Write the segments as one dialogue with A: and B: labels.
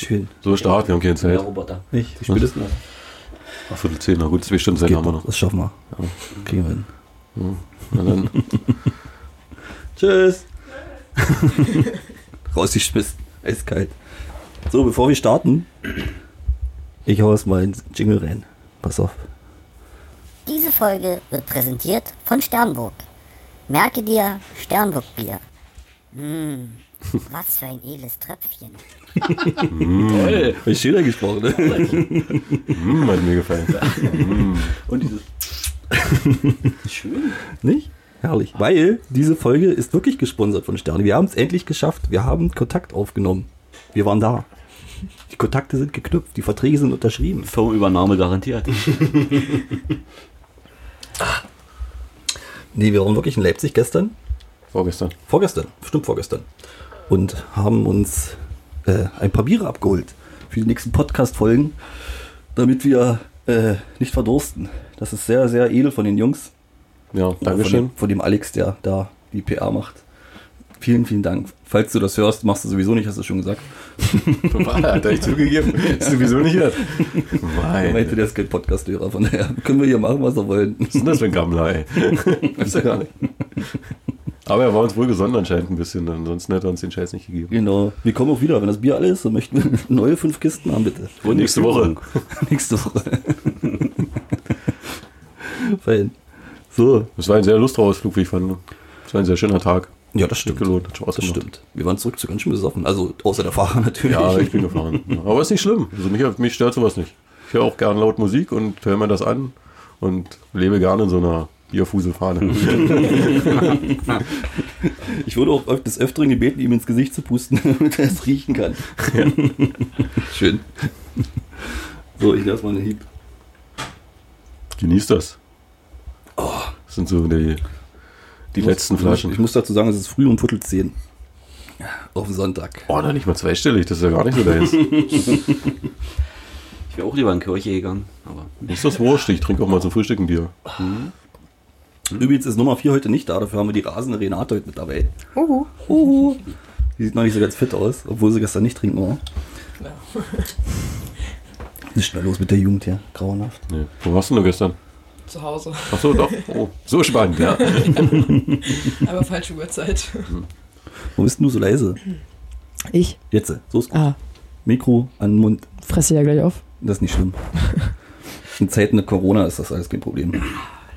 A: hin.
B: So starten, wir haben keine
C: Der
B: Zeit.
C: Roboter.
A: Nicht?
C: Wie spät ist denn das?
B: Ach, Viertel zehn, na gut, zwei Stunden Zeit
A: Geht
B: haben wir
A: noch.
B: noch.
A: Das schaffen wir. Kriegen wir hin.
B: Na dann,
A: Tschüss. Rausgeschmissen. Eiskalt. So, bevor wir starten, ich hau jetzt mal ins Jingle rein. Pass auf.
D: Diese Folge wird präsentiert von Sternburg. Merke dir Sternburg-Bier. Mmh, was für ein edles Tröpfchen.
C: Toll.
A: Hab ich schöner gesprochen, ne?
B: hm, hat mir gefallen.
C: Und dieses. Schön.
A: Nicht? Herrlich. Weil diese Folge ist wirklich gesponsert von Sterne. Wir haben es endlich geschafft. Wir haben Kontakt aufgenommen. Wir waren da. Die Kontakte sind geknüpft. Die Verträge sind unterschrieben.
C: Firmenübernahme garantiert.
A: Nee, wir waren wirklich in Leipzig gestern.
B: Vorgestern.
A: Vorgestern. Bestimmt vorgestern. Und haben uns äh, ein paar Biere abgeholt. Für die nächsten Podcast-Folgen. Damit wir äh, nicht verdursten. Das ist sehr, sehr edel von den Jungs.
B: Ja,
A: Von
B: Dankeschön.
A: dem, von dem Alex, der da die PA macht. Vielen, vielen Dank. Falls du das hörst, machst du sowieso nicht, hast du schon gesagt.
B: Hat er nicht zugegeben. Ist sowieso nicht gehört.
A: Ich
B: Nein.
A: meinte, der ist kein Podcast-Hörer, von daher können wir hier machen, was wir wollen.
B: Was ist denn das für ein Gammler, ey? Wisst ihr gar nicht. Aber er war uns wohl gesonnen anscheinend ein bisschen, ansonsten hätte er uns den Scheiß nicht gegeben.
A: Genau. Wir kommen auch wieder, wenn das Bier alle ist, dann möchten wir neue fünf Kisten haben, bitte.
B: Und nächste Woche.
A: Nächste Woche. Fein. So.
B: Es war ein sehr lustiger Ausflug, wie ich fand. Es war ein sehr schöner Tag.
A: Ja, das
B: Hat gelohnt, hat Spaß
A: Das
B: gemacht.
A: stimmt. Wir waren zurück zu ganz schön besoffen. Also, außer der Fahrer natürlich.
B: Ja, ich bin gefahren. Ja, Aber ist nicht schlimm. Also mich, mich stört sowas nicht. Ich höre auch gern laut Musik und höre mir das an und lebe gerne in so einer Bierfuselfahne.
A: Ich wurde auch öf- des Öfteren gebeten, ihm ins Gesicht zu pusten, damit er es riechen kann. Schön. So, ich lasse mal einen Hieb.
B: Genieß das. Das sind so die, die letzten
A: Ich
B: Flaschen.
A: muss dazu sagen, es ist früh um Viertel zehn. Auf dem Sonntag.
B: Oh, noch nicht mal zweistellig, das ist ja gar nicht so deins.
C: Ich wäre auch lieber in die Kirche gegangen, aber
B: Ist das Wurst? Ich trinke auch mal zum Frühstück ein Bier.
A: Mhm. Übrigens ist Nummer 4 heute nicht da, dafür haben wir die rasende Renate heute mit dabei. Uhu. Die sieht noch nicht so ganz fit aus, obwohl sie gestern nicht trinken war. Was ist schnell los mit der Jugend hier? Grauenhaft.
B: Nee. Wo warst du denn gestern?
E: Zu Hause.
B: Ach so, doch. Oh, so spannend, ja.
E: Aber falsche Uhrzeit.
A: Warum bist denn du so leise?
E: Ich?
A: Jetzt, so ist gut.
E: Ah,
A: Mikro an den Mund,
E: fresse ja gleich auf.
A: das ist nicht schlimm. In Zeiten mit Corona ist das alles kein Problem.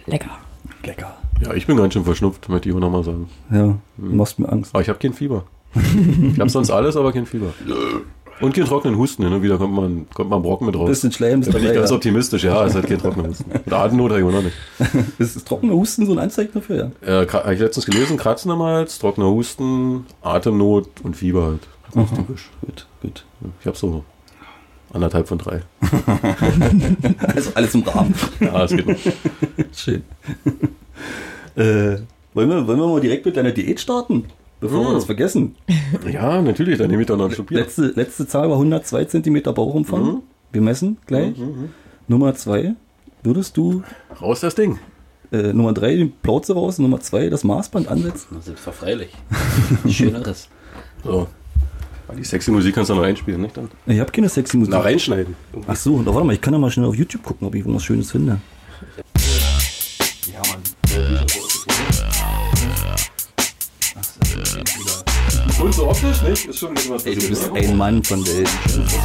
E: Lecker.
A: Lecker. Mhm.
B: Ja, ich bin ganz schön verschnupft, möchte ich auch nochmal sagen.
A: Ja, du machst mir Angst.
B: Aber ich habe kein Fieber. Ich habe sonst alles, aber kein Fieber. Und keinen trockenen Husten. Hin und wieder kommt man, kommt man Brocken mit raus.
A: Bisschen Schleim ist
B: Da bin ich
A: dabei,
B: ganz
A: ja. also-
B: optimistisch, ja, es hat keinen trockenen Husten. Oder Atemnot habe ich auch noch nicht.
A: Ist, ist trockener Husten so ein Anzeichen dafür? Ja.
B: Äh, Kra- habe ich letztens gelesen, Kratzen am Hals, trockener Husten, Atemnot und Fieber halt. Ganz typisch.
A: Gut, gut.
B: Ich habe so anderthalb von drei.
A: Also alles im Rahmen.
B: Ja, es geht noch.
A: Schön. äh, wollen, wir, wollen wir mal direkt mit deiner Diät starten? Bevor wir
B: Mm.
A: das vergessen.
B: Ja, natürlich, dann nehme ich doch noch einen Schluck Bier.
A: Letzte, letzte Zahl war 102 cm Bauchumfang. Wir messen gleich. Nummer 2. Würdest du
B: Raus das Ding.
A: äh, Nummer 3 den Plauze raus, Nummer 2 das Maßband ansetzen?
C: na, selbstverfreilich. Schöneres.
B: So. Ah, Die sexy Musik kannst du noch einspielen, nicht dann?
A: Ich habe keine sexy Musik.
B: Na, reinschneiden.
A: Ach so, da warte mal, ich kann ja mal schnell auf YouTube gucken, ob ich irgendwas Schönes finde.
B: Und so optisch, nicht? Ist schon irgendwas.
A: Ey, du bist ein Mann von der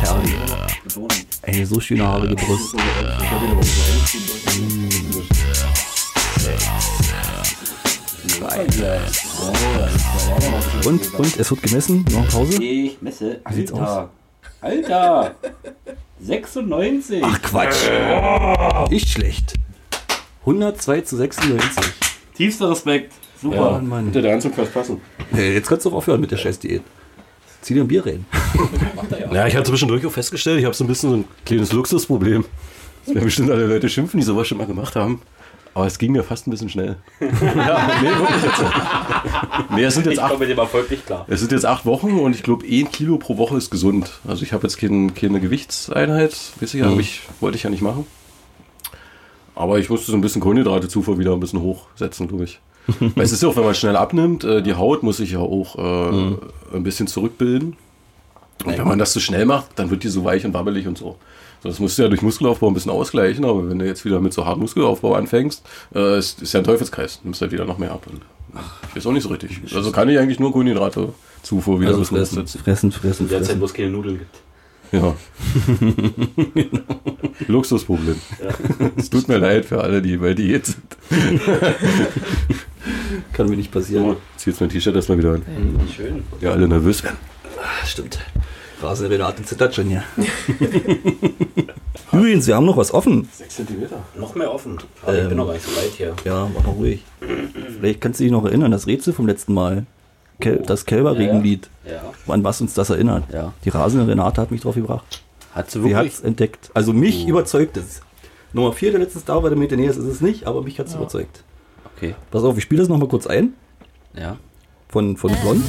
A: Herrlich. Ey, so schöne haarige Brust. Und, und, es wird gemessen. Noch Pause?
C: Ich messe.
A: sieht's
C: Alter. Alter. 96.
A: Ach Quatsch. Nicht schlecht. 102 zu 96.
C: Tiefster Respekt. Super.
A: Mann, Mann.
B: Hinter der Anzug fast passen.
A: Hey, jetzt kannst du auch aufhören mit der scheiß Diät. Zieh dir ein Bier rein.
B: Ja, ich habe zwischendurch auch festgestellt, ich habe so ein bisschen so ein kleines Luxusproblem. Das werden bestimmt alle Leute schimpfen, die sowas schon mal gemacht haben. Aber es ging mir fast ein bisschen schnell. ja, nee, wirklich jetzt. Nee, es sind jetzt, acht,
C: mit dem Erfolg nicht klar.
B: es sind jetzt acht Wochen und ich glaube, ein Kilo pro Woche ist gesund. Also ich habe jetzt kein, keine Gewichtseinheit, weiß ich, ja, hab ich, wollte ich ja nicht machen. Aber ich musste so ein bisschen Kohlenhydratezufuhr wieder ein bisschen hochsetzen, glaube ich. Weil es ist
A: Mhm.
B: ja auch, wenn man schnell abnimmt, äh, die Haut muss sich ja auch äh, ein bisschen zurückbilden. Und wenn man das zu schnell macht, dann wird die so weich und wabbelig und so. So, Das musst du ja durch Muskelaufbau ein bisschen ausgleichen, aber wenn du jetzt wieder mit so hartem Muskelaufbau anfängst, äh, ist, ist ja ein Teufelskreis. Du nimmst halt wieder noch mehr ab. Und ich weiß auch nicht so richtig. Also kann ich eigentlich nur Kohlenhydrate zufuhr wieder
A: Also
B: so
A: fressen, fressen, fressen,
C: In der Zeit,
A: fressen.
C: wo es keine Nudeln gibt.
B: Ja. Luxusproblem. Es tut mir leid für alle, die bei Diät sind.
A: Kann mir nicht passieren.
B: Zieh jetzt mein T-Shirt erstmal wieder an.
C: Schön.
B: Ja, alle nervös werden.
A: Ah, stimmt. Rasende Renate zittert schon hier. Übrigens, wir haben noch was offen.
B: 6 Zentimeter.
C: Noch mehr offen. Aber ich
A: Ähm.
C: bin noch gar nicht so weit hier.
A: Ja, mach mal ruhig. Vielleicht kannst du dich noch erinnern, das Rätsel vom letzten Mal. Kel das Kälberregenlied.
C: Ja.
A: An was uns das erinnert.
F: Ja.
A: Die rasende Renate hat mich drauf gebracht.
F: Hat sie
A: Sie hat
F: wirklich? Oh.
A: es entdeckt. Also mich überzeugt es. Nummer 4 der letzten Star war der Meteor, ist es nicht, aber mich hat es überzeugt.
F: Okay,
A: Pass auf, ich spiele das nochmal kurz ein.
F: ja.
A: Von,
E: Äh.
A: von Blond.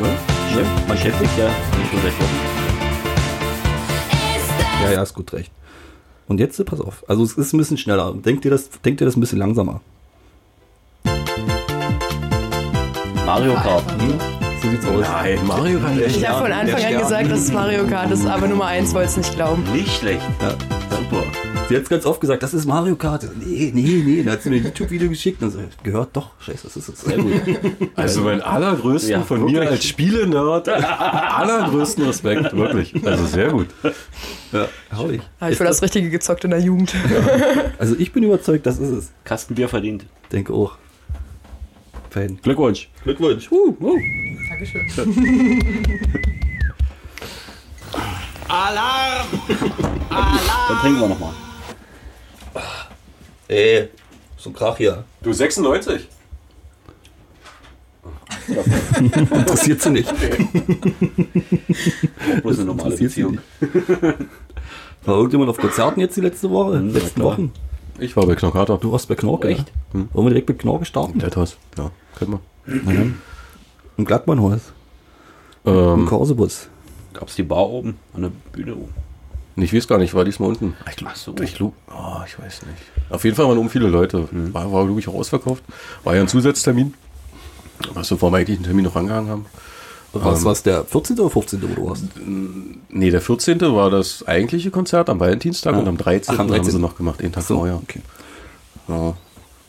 F: Ne? Man kennt sich ja nicht unterschiedlich.
A: Ja, ja, ist gut recht. Und jetzt, pass auf. Also es ist ein bisschen schneller. Denkt dir das, denkt dir das ein bisschen langsamer.
F: Mario Kart. Hm?
A: So sieht's aus.
B: Nein, Mario kann echt.
E: Ich habe von Anfang an gesagt, dass es Mario Kart ist, aber Nummer 1 wollte es nicht glauben.
F: Nicht schlecht.
A: Ja.
F: Super.
A: Sie hat ganz oft gesagt, das ist Mario Kart. Nee, nee, nee. Dann hat sie mir ein YouTube-Video geschickt und so, gehört doch. Scheiße, das ist es. Sehr gut.
B: Also mein allergrößten
F: Ja,
B: von mir
F: wirklich.
B: als Spielenerd, allergrößten Respekt, wirklich. Also sehr gut.
A: Hau ich.
E: Habe ich für das Richtige gezockt in der Jugend.
A: Also ich bin überzeugt, das ist es.
F: Kastenbier verdient.
A: Denke auch. Fein.
B: Glückwunsch.
A: Glückwunsch. Uh, uh.
E: Dankeschön.
C: Dann trinken wir nochmal.
A: Ey, so ein Krach hier.
B: Du 96.
A: Interessiert sie nicht.
C: Bloß eine normale
A: Interessiert sie
C: Beziehung.
A: nicht. War irgendjemand auf Konzerten jetzt die letzte Woche? letzten
B: klar.
A: Wochen?
B: Ich war bei Knockater.
A: Du warst bei Knorke.
B: Echt?
A: Hm. Wollen wir direkt mit Knorke starten?
B: Dettas. Ja, können
A: Im Glattmannhaus.
B: wir.
A: Im
B: Ähm,
A: Korsebus.
F: Gab's die Bar oben an der Bühne oben?
B: ich weiß gar nicht, war diesmal unten. Ich
F: Ach so.
B: Ich glaube, oh, ich weiß nicht. Auf jeden Fall waren um viele Leute. War, war glaube ich, auch ausverkauft. War ja ein Zusatztermin. Was wir vor dem eigentlichen Termin noch angehangen haben.
A: Was war es, der 14. oder 15. wo du warst?
B: Nee, der 14. war das eigentliche Konzert am Valentinstag und am 13.
A: Ach, am
B: haben sie
A: 13..
B: noch gemacht, den Tag
A: So,
B: vorher.
A: okay.
B: Ja.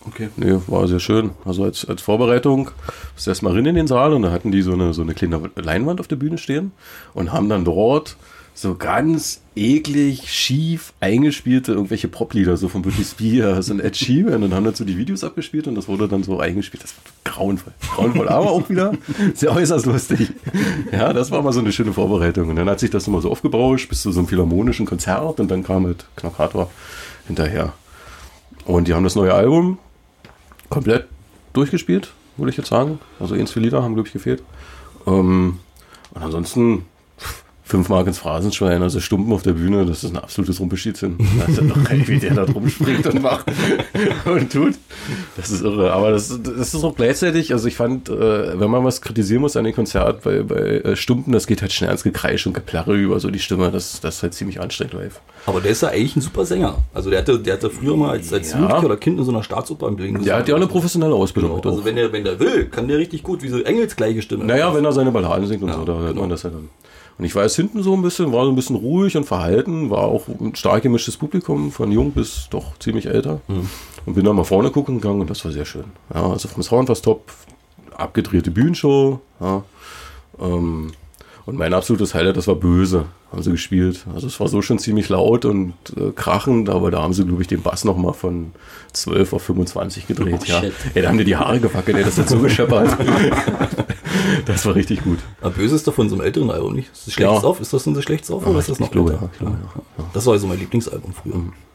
A: Okay.
B: Nee, war sehr schön. Also als, als Vorbereitung ist erstmal rein in den Saal und da hatten die so eine, so eine kleine Leinwand auf der Bühne stehen und haben dann dort so ganz eklig, schief eingespielte irgendwelche Poplieder, so von Britney Spears und Ed Sheeran und haben dazu die Videos abgespielt und das wurde dann so eingespielt. Das war grauenvoll. Grauenvoll, aber auch wieder sehr äußerst lustig. Ja, das war mal so eine schöne Vorbereitung. Und dann hat sich das immer so aufgebauscht bis zu so einem philharmonischen Konzert und dann kam halt Knockator hinterher. Und die haben das neue Album komplett durchgespielt, würde ich jetzt sagen. Also eins vier Lieder haben, glaube ich, gefehlt. Ähm, und ansonsten pff, fünf Mark ins Phrasenschwein, also Stumpen auf der Bühne, das ist ein absolutes Rumpelstilzchen. Da ist ja doch kein, wie der da drum springt und macht und tut. Das ist irre. Aber das, das ist auch gleichzeitig, also ich fand, äh, wenn man was kritisieren muss an dem Konzert bei, bei äh, Stumpen, das geht halt schnell ans Gekreisch und Geplärre über, so die Stimme, das, das ist halt ziemlich anstrengend live.
A: Aber der ist ja eigentlich ein super Sänger. Also der hatte, der hatte früher mal als, als
B: Ja.
A: Jugendlicher oder Kind in so einer Staatsoper im Berlin
B: Der hat ja auch eine professionelle Ausbildung.
A: Genau,
B: mit
A: also wenn der, wenn der will, kann der richtig gut, wie so engelsgleiche Stimme.
B: Naja, wenn er seine Balladen singt und
A: Ja,
B: so, da hört
A: genau.
B: man das ja dann. Und ich weiß, hinten so ein bisschen, war so ein bisschen ruhig und verhalten, war auch ein stark gemischtes Publikum, von jung bis doch ziemlich älter.
A: Mhm.
B: Und bin dann mal vorne gucken gegangen und das war sehr schön. Ja, also vom Sound war's top, abgedrehte Bühnenshow. Ja, ähm, und mein absolutes Highlight, das war Böse, haben sie gespielt. Also es war so schon ziemlich laut und äh, krachend, aber da haben sie, glaube ich, den Bass nochmal von 12 auf 25
A: Oh,
B: gedreht. ja.
F: shit.
B: Ey, da haben die die Haare gewackelt, ey, das hat so gescheppert. das war richtig gut.
A: Aber Böse ist doch von so einem älteren Album, nicht? Ist das schlechtes
B: Ja.
A: auf? Ist das ein schlechtes auf oder ist das
B: Also ich
A: noch
B: glaube,
A: älter?
B: ja, Mhm. ich glaube,
A: Das war also mein Lieblingsalbum früher.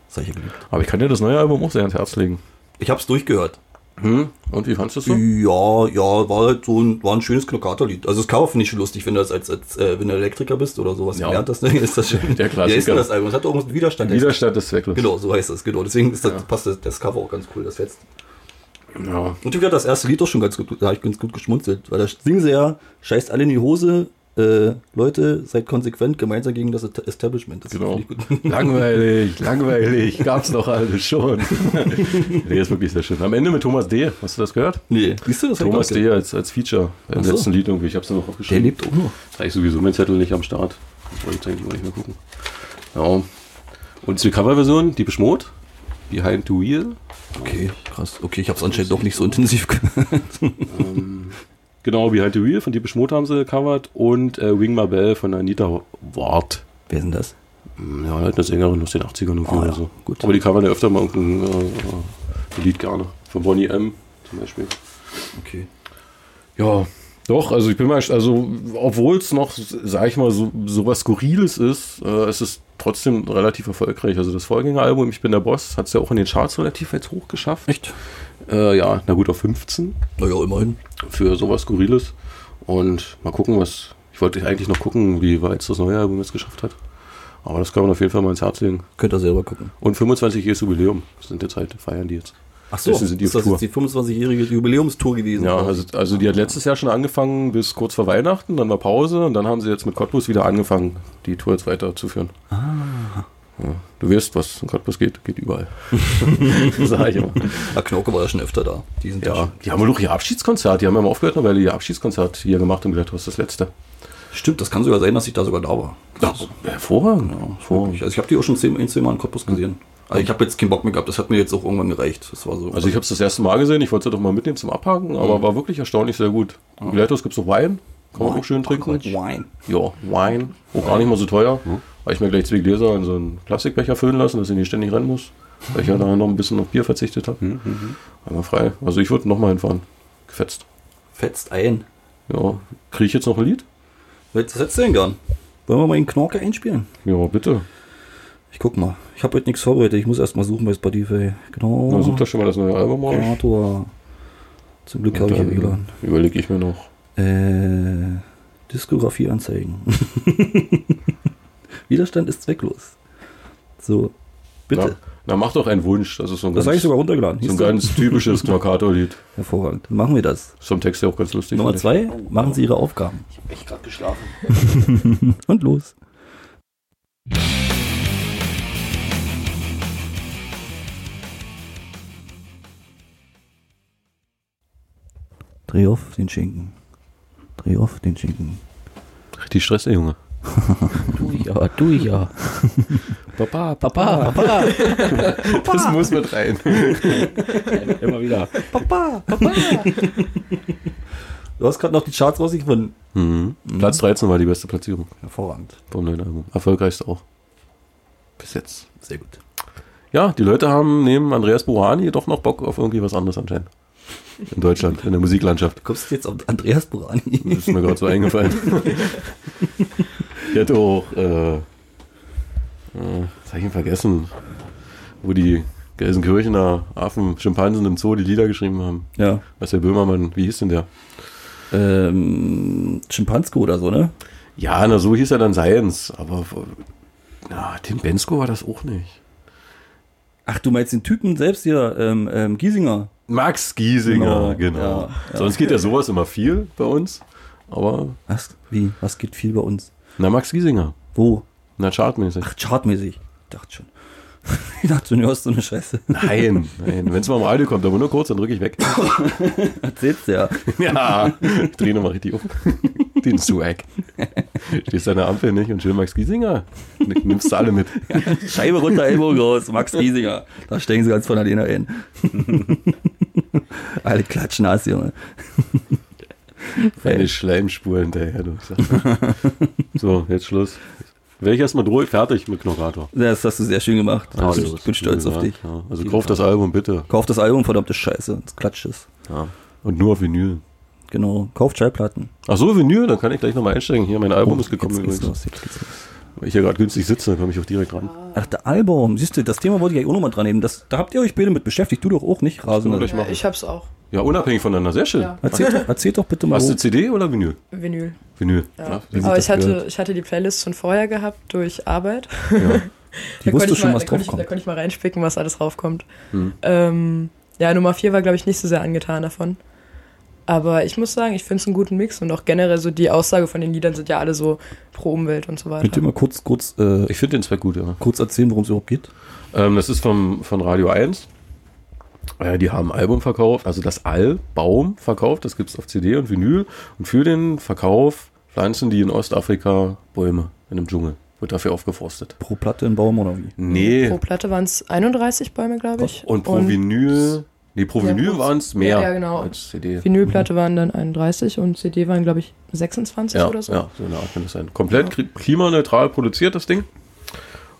A: Das habe ich ja geliebt.
B: Aber ich kann dir das neue Album auch sehr ans Herz legen.
A: Ich habe es durchgehört.
B: Und wie fandest du es so?
A: Ja, ja, war halt so ein, war ein schönes Knockator-Lied. Also das Cover finde ich schon lustig, wenn du als, als, als äh, wenn du Elektriker bist oder sowas
B: Ja.
A: gelernt hast, ne? ist das schön.
B: Der Klassiker.
A: Wie heißt denn das Album? Das hat auch einen Widerstand.
B: Widerstand ist zwecklos.
A: Genau, so heißt das, genau. Deswegen ist das, passt das, das Cover auch ganz cool, das fetzt.
B: Ja.
A: Und ich hatte das erste Lied doch schon ganz gut, da habe ich ganz gut geschmunzelt, weil da singen sie ja, scheißt alle in die Hose, äh, Leute, seid konsequent gemeinsam gegen das Establishment. Das
B: Genau.
A: finde ich gut.
B: langweilig, langweilig. Gab's doch alles schon. nee, ist wirklich sehr schön. Am Ende mit Thomas D. Hast du das gehört?
A: Nee, siehst du das? hab ich
B: Thomas
A: auch gesehen.
B: D. als, als Feature im
A: Ach so.
B: letzten Lied irgendwie. Ich hab's da noch
A: Der
B: aufgeschrieben.
A: lebt auch noch.
F: Da ich sowieso mein Zettel nicht am Start.
B: Wollte ich eigentlich mal nicht mehr gucken. Ja. Und die Coverversion, die beschmort. Behind the Wheel.
A: Okay, krass. Okay, ich habe es anscheinend doch nicht so intensiv gehört.
B: Genau, Behind the Wheel von Deepish Mode haben sie gecovert und äh, Wing My Bell von Anita Ward.
A: Wer ist denn das?
B: Hm, Ja, halt eine Sängerin aus den 80ern irgendwie
A: Ah,
B: oder
A: ja,
B: so.
A: gut.
B: Aber die covern ja öfter mal irgendein äh, äh, ein Lied gerne. Von Bonnie M. zum Beispiel.
A: Okay.
B: Ja, doch, also ich bin mal, also obwohl es noch, sag ich mal, so, so was Skurriles ist, äh, es ist trotzdem relativ erfolgreich. Also das Vorgängeralbum Ich bin der Boss hat es ja auch in den Charts relativ jetzt hoch geschafft.
A: Echt?
B: Äh, ja, na gut, auf 15
A: Naja, immerhin.
B: für sowas Skurriles. Und mal gucken, was. Ich wollte eigentlich noch gucken, wie weit das neue Album jetzt geschafft hat. Aber das kann man auf jeden Fall mal ins Herz legen.
A: Könnt ihr selber gucken.
B: Und 25-jähriges Jubiläum sind jetzt halt, feiern die jetzt.
A: Ach
B: Deswegen sind die
A: ist
B: auf
A: das
B: Tour.
A: jetzt die 25-jährige Jubiläumstour gewesen?
B: Ja, also, also die hat letztes Jahr schon angefangen bis kurz vor Weihnachten, dann war Pause und dann haben sie jetzt mit Cottbus wieder angefangen, die Tour jetzt weiterzuführen. Ah. Ja, du wirst, was in Cottbus geht, geht überall. Sag ich immer.
A: Ah, Knorke war ja schon öfter da. Die sind
B: Ja,
A: schon-
B: die haben wohl doch ihr Abschiedskonzert, die haben ja mal aufgehört, eine Weile ihr Abschiedskonzert hier gemacht im Glatthaus, das letzte.
A: Stimmt, das kann sogar sein, dass ich da sogar da war.
B: Ja, hervorragend. hervorragend.
A: Ich, also ich habe die auch schon zehn, ein, zwei Mal in Cottbus gesehen. Also ich habe jetzt keinen Bock mehr gehabt. Das hat mir jetzt auch irgendwann gereicht. Das war so.
B: Also ich habe es das erste Mal gesehen, ich wollte es doch mal mitnehmen zum Abhaken, aber war wirklich erstaunlich sehr gut. Im Glatthaus gibt es noch Mhm. Wein, kann man auch schön trinken.
A: Wine.
B: Ja, Wein. Auch gar nicht mal so teuer. Weil ich mir gleich zwei Gläser in so einen Plastikbecher füllen lassen, dass ich nicht ständig rennen muss. Weil ich ja dann noch ein bisschen auf Bier verzichtet habe. Einmal frei. Also ich würde nochmal hinfahren. Gefetzt.
A: Fetzt ein.
B: Ja. Kriege ich jetzt noch ein Lied?
A: Was hättest du denn gern? Wollen wir mal den Knorke einspielen?
B: Ja, bitte.
A: Ich guck mal. Ich habe heute nichts vorbereitet. Ich muss erst mal suchen bei Spotify. Genau.
B: Dann sucht das schon mal das neue Album raus.
A: Generator. Zum Glück habe ich ja WLAN.
B: Dann überlege ich mir noch.
A: Äh, Diskografie anzeigen. Widerstand ist zwecklos. So, bitte.
B: Na, na, mach doch einen Wunsch. Das ist so ein
A: das habe ich
B: ganz,
A: sogar runtergeladen.
B: so ein
A: Siehst du?
B: ganz typisches Mercator-Lied.
A: Hervorragend. Dann machen wir das.
B: Ist vom Text ja auch ganz lustig.
A: Nummer
B: finde ich.
A: zwei, machen Sie Ihre Aufgaben.
C: Ich hab echt gerade geschlafen.
A: Und los. Dreh auf den Schinken. Dreh auf den Schinken.
B: Richtig Stress, der Junge.
A: Du ja, du ja.
F: Papa, Papa, Papa.
B: Das muss mit rein.
F: Immer wieder.
A: Papa, Papa. du hast gerade noch die Charts rausgefunden.
B: Mhm. Platz 13 war die beste Platzierung.
A: Hervorragend.
B: Vom neuen Album. Erfolgreichste also auch. Bis jetzt.
A: Sehr gut.
B: Ja, die Leute haben neben Andreas Burani doch noch Bock auf irgendwie was anderes anscheinend. In Deutschland, in der Musiklandschaft.
A: Kommst du jetzt auf Andreas Burani?
B: Das ist mir gerade so eingefallen. Ich hatte auch, äh, äh, das hab ich ihn vergessen, wo die Gelsenkirchener Affen, Schimpansen im Zoo die Lieder geschrieben haben.
A: Ja.
B: Was der Böhmermann, wie hieß denn der?
A: Ähm, Schimpansko oder so, ne?
B: Ja, na so hieß er dann Science, aber na, Tim Bensko war das auch nicht.
A: Ach, du meinst den Typen selbst hier, ähm, ähm, Giesinger.
B: Max
A: Genau,
B: Giesinger, genau. genau.
A: ja, ja.
B: Sonst geht ja sowas immer viel bei uns. Aber,
A: Was? Wie? Was geht viel bei uns?
B: na, Max Giesinger.
A: Wo?
B: Na, chartmäßig.
A: Ach, chartmäßig. Ich dachte schon. Ich dachte schon, du hörst so eine Scheiße.
B: Nein, nein. Wenn es mal im Radio kommt, aber nur kurz, dann drücke ich weg.
A: Erzähl's ja.
B: ja, ich drehe nochmal richtig um. Den Swag. Stehst an der Ampel nicht und schön Max Giesinger. Nimmst du alle mit.
A: Scheibe runter, Ellbogen raus. Max Giesinger. Da stecken sie ganz von alleine ein. Alle klatschen nass, Junge.
B: Eine Schleimspur hinterher. Du. So, jetzt Schluss. Wäre ich erstmal durch, fertig mit Knorrator.
A: Das hast du sehr schön gemacht. ich bin, bin stolz auf
B: Ja,
A: dich.
B: Ja, also kauf das Album bitte.
A: Kauf das Album, verdammte Scheiße. Jetzt klatscht es.
B: Und nur auf Vinyl.
A: Genau. Kauft Schallplatten.
B: Ach so, Vinyl, dann kann ich gleich nochmal einsteigen. Hier, mein Album ist gekommen
A: Jetzt geht's
B: übrigens.
A: los, jetzt geht's los.
B: Weil ich hier gerade günstig sitze, komme ich auch direkt ran.
A: Ach, der Album. Siehst du, das Thema wollte ich eigentlich auch nochmal dran nehmen. Das, da habt ihr euch beide mit beschäftigt. Du doch auch nicht, Rasende.
B: Gleich machen.
E: Ich hab's auch.
B: Ja, unabhängig voneinander, sehr schön.
E: Ja.
A: Erzähl, doch- erzähl doch bitte mal.
B: Hast du
A: wo-
B: CD oder Vinyl?
E: Vinyl.
B: Vinyl.
E: Ja.
B: wie gut
E: Aber
B: das
E: ich hatte,
B: gehört.
E: ich hatte die Playlist schon vorher gehabt durch Arbeit.
A: Die
E: Da konnte
A: wusste
E: ich
A: schon,
E: mal-
A: was
E: da konnte
A: drauf
E: ich- Da
A: kommt.
E: konnte ich mal reinspicken, was alles raufkommt. Ähm, ja, Nummer 4 war, glaube ich, nicht so sehr angetan davon. Aber ich muss sagen, ich finde es einen guten Mix und auch generell so die Aussage von den Liedern sind ja alle so pro Umwelt und so
A: Könnt ihr
E: weiter.
A: mal kurz, kurz, äh,
B: Ich finde den Zweck gut, ja.
A: kurz erzählen, worum es überhaupt geht?
B: Ähm, das ist vom, von Radio 1. Äh, die haben ein Album verkauft, also das Albaum verkauft, das gibt es auf CD und Vinyl. Und für den Verkauf pflanzen die in Ostafrika Bäume in einem Dschungel. Wird dafür aufgeforstet.
A: Pro Platte im Baum oder wie?
B: Nee.
E: Pro Platte waren es 31 Bäume, glaube ich.
B: Oh, und pro Vinyl. Nee, pro
E: Ja,
B: Vinyl
E: pro-
B: waren es mehr
E: Ja, ja, genau.
B: als CD.
E: Vinylplatte waren dann 31 und CD waren, glaube ich, 26
B: ja,
E: oder so.
B: ja, so eine Art kann das sein. Komplett kri- klimaneutral produziert, das Ding.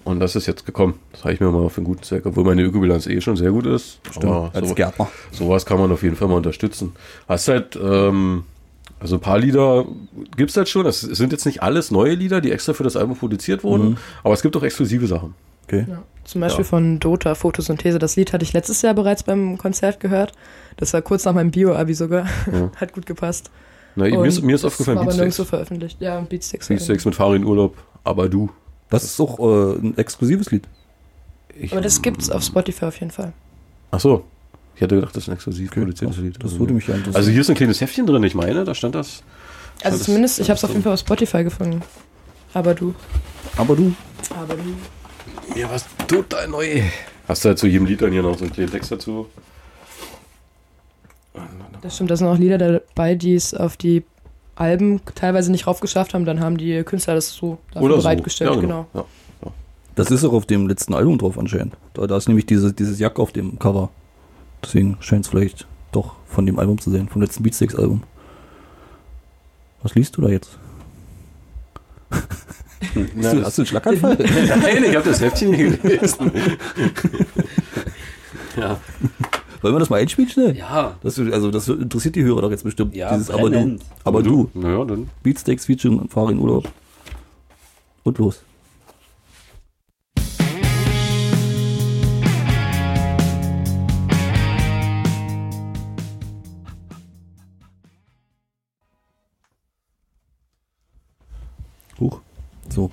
B: Und das ist jetzt gekommen. Das habe ich mir mal für einen guten Zweck, obwohl meine Ökobilanz eh schon sehr gut ist. Aber so-
A: Gärtner.
B: Sowas kann man auf jeden Fall mal unterstützen. Hast halt, ähm, also ein paar Lieder gibt's halt schon. Es sind jetzt nicht alles neue Lieder, die extra für das Album
E: Mhm.
B: produziert wurden, aber es gibt auch exklusive Sachen.
A: Okay.
E: Ja. Zum Beispiel von Dota Photosynthese. Das Lied hatte ich letztes Jahr bereits beim Konzert gehört. Das war kurz nach meinem Bio-Abi sogar. Hat gut gepasst.
B: Na, Ne, mir,
E: Und
B: ist, mir ist
E: das
B: aufgefallen,
E: war aber nirgendwo
B: Beatsteaks.
E: veröffentlicht. Ja, Beatsteaks. halt.
B: Beatsteaks mit Farin Urlaub, aber du.
A: Das ist auch äh, ein exklusives Lied.
B: Ich,
E: Aber das gibt's auf Spotify auf jeden Fall.
B: Ach so. Ich hätte gedacht, das ist ein exklusiv produziertes
A: Das,
B: Lied.
A: das würde mich ja interessieren.
B: also hier ist ein kleines Heftchen drin, ich meine, da stand das.
E: Also
B: das-
E: zumindest, ich
B: das
E: habe es auf jeden Fall auf Spotify gefunden. Aber du.
A: Aber du,
E: Aber du.
B: Ja, was total neu. Hast du halt zu jedem Lied dann hier noch so einen kleinen Text dazu?
E: Das stimmt, da sind auch Lieder dabei, die es auf die Alben teilweise nicht raufgeschafft haben. Dann haben die Künstler das so dafür
B: Oder so.
E: bereitgestellt.
B: Ja,
E: genau.
B: Ja.
A: das ist auch auf dem letzten Album drauf anscheinend. Da, da ist nämlich diese, dieses Jack auf dem Cover. Deswegen scheint es vielleicht doch von dem Album zu sein, vom letzten Beatsteaks-Album. Was liest du da jetzt?
B: Na, das-
A: einen Schlaganfall?
B: Nein, ich habe das Heftchen hier gelesen.
C: Ja,
A: Wollen wir das mal einspielen schnell?
C: ja.
A: Das, also das interessiert die Hörer doch jetzt bestimmt.
C: Ja,
A: dieses aber du,
C: brennend.
A: aber du,
B: Naja, dann.
A: Beatsteaks featuring Farin Urlaub. Und los. Huch. So.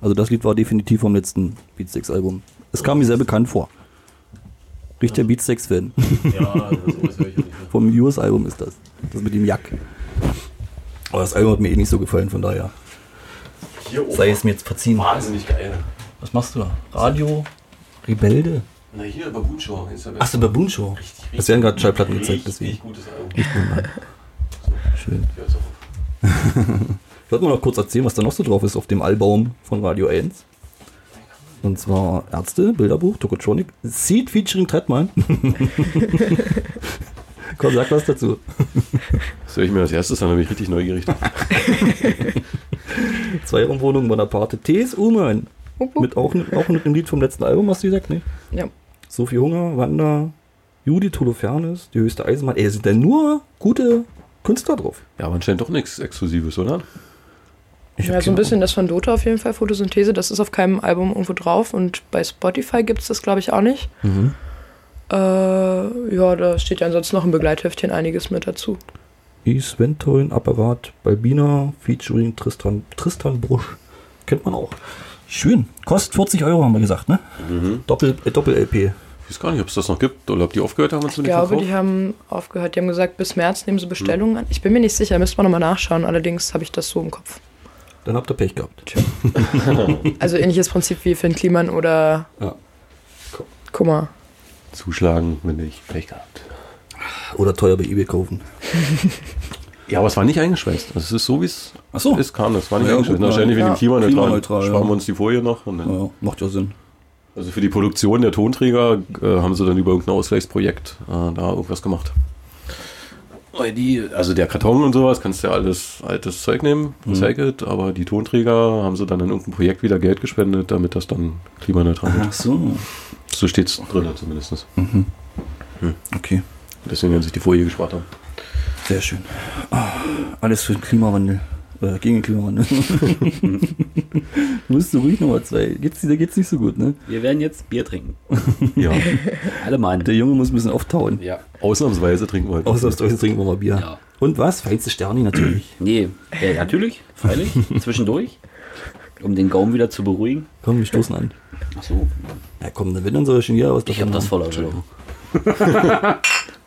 A: Also das Lied war definitiv vom letzten Beatsteaks-Album. Es kam mir sehr bekannt vor. Richter Beatsteaks-Fan.
C: Ja, also sowas höre ich ja nicht mehr.
A: Vom US-Album ist das. Das mit dem Jack. Aber das Album hat mir eh nicht so gefallen, von daher.
C: Hier oben.
A: Sei es mir jetzt verziehen.
C: Wahnsinnig geil.
A: Was machst du da? Radio Rebelde?
C: Na hier, über Gutshow. Ach,
A: Achso, Baboon Show. Es werden gerade Schallplatten gezeigt, deswegen.
C: gutes Album.
A: Schön. Ich wollte mal noch kurz erzählen, was da noch so drauf ist auf dem Album von Radio 1. Und zwar Ärzte, Bilderbuch, Tokotronic, Seed featuring Trettmann. Komm, sag was dazu.
B: Das höre ich mir als erstes an, da bin ich richtig neugierig.
A: Zweiraumwohnung, Bonaparte, TSU, Mann.
E: Hup, hup.
A: Mit auch, auch mit einem Lied vom letzten Album, hast du gesagt, ne?
E: genau. Ja.
A: Sophie Hunger, Wanda, Judith Holofernes, die höchste Eisenbahn. Ey, sind da nur gute Künstler drauf.
B: Ja, man scheint doch nichts Exklusives, oder?
A: Ich
E: Ja,
A: hab
E: so ein
A: keine
E: bisschen das von Dota auf jeden Fall, Photosynthese, das ist auf keinem Album irgendwo drauf und bei Spotify gibt es das, glaube ich, auch nicht. Äh, ja, da steht ja ansonsten noch im Begleithäftchen einiges mit dazu.
A: Is Ventoin, Apparat, Balbina, featuring Tristan, Tristan Brusch. Kennt man auch. Schön. Kostet 40 Euro, haben wir gesagt, ne? Doppel, äh, Doppel-LP.
B: Ich weiß gar nicht, ob es das noch gibt oder ob die aufgehört haben und es
E: Ich
B: nicht
E: glaube,
B: verkauft.
E: die haben aufgehört, die haben gesagt, bis März nehmen sie Bestellungen an. Ich bin mir nicht sicher, müsste man nochmal nachschauen, allerdings habe ich das so im Kopf.
A: Dann habt ihr Pech gehabt.
E: Also ähnliches Prinzip wie Finn Kliman oder
A: Ja.
E: Kummer.
B: Zuschlagen, wenn nicht. Pech gehabt.
A: Oder teuer bei eBay kaufen.
B: Ja, aber es war nicht eingeschweißt. Also es ist so, wie es
A: Ach so.
B: es kam. Es war nicht
A: Oh. Ja,
B: eingeschweißt.
A: gut, ja.
B: Wahrscheinlich wegen
E: Ja.
B: dem Klimaneutral.
A: Klimaneutral,
B: Sparen
A: ja.
B: wir uns die Folie noch. Und dann,
A: Ja, macht ja Sinn.
B: Also für die Produktion der Tonträger äh, haben sie dann über irgendein Ausgleichsprojekt äh, da irgendwas gemacht.
F: oh,
B: Weil die,
F: äh,
B: also der Karton und sowas kannst du ja alles altes Zeug nehmen,
C: Mhm.
B: recycelt, aber die Tonträger haben sie dann in irgendein Projekt wieder Geld gespendet, damit das dann klimaneutral wird.
A: Ach so.
B: So steht es drin zumindest.
C: Mhm.
A: Okay.
B: Deswegen werden sich die Folie gespart haben.
A: Sehr schön. Ah, Alles für den Klimawandel. Äh, gegen den Klimawandel. du bist so ruhig Nummer zwei. Geht's, dir geht's nicht so gut, ne?
C: Wir werden jetzt Bier trinken.
B: Ja,
C: Alle Mann.
A: Der Junge muss ein bisschen auftauen.
C: Ja.
B: ausnahmsweise trinken wir heute.
A: Ausnahmsweise trinken wir mal Bier.
C: Ja.
A: Und was? Feinste Sterni natürlich.
C: Nee, ja, natürlich, freilich, zwischendurch, um den Gaumen wieder zu beruhigen.
A: Komm, wir stoßen an.
C: Ach so,
A: Ja komm, dann wenn dann soll ich schon hier was
C: ich habe das voll erlaubt.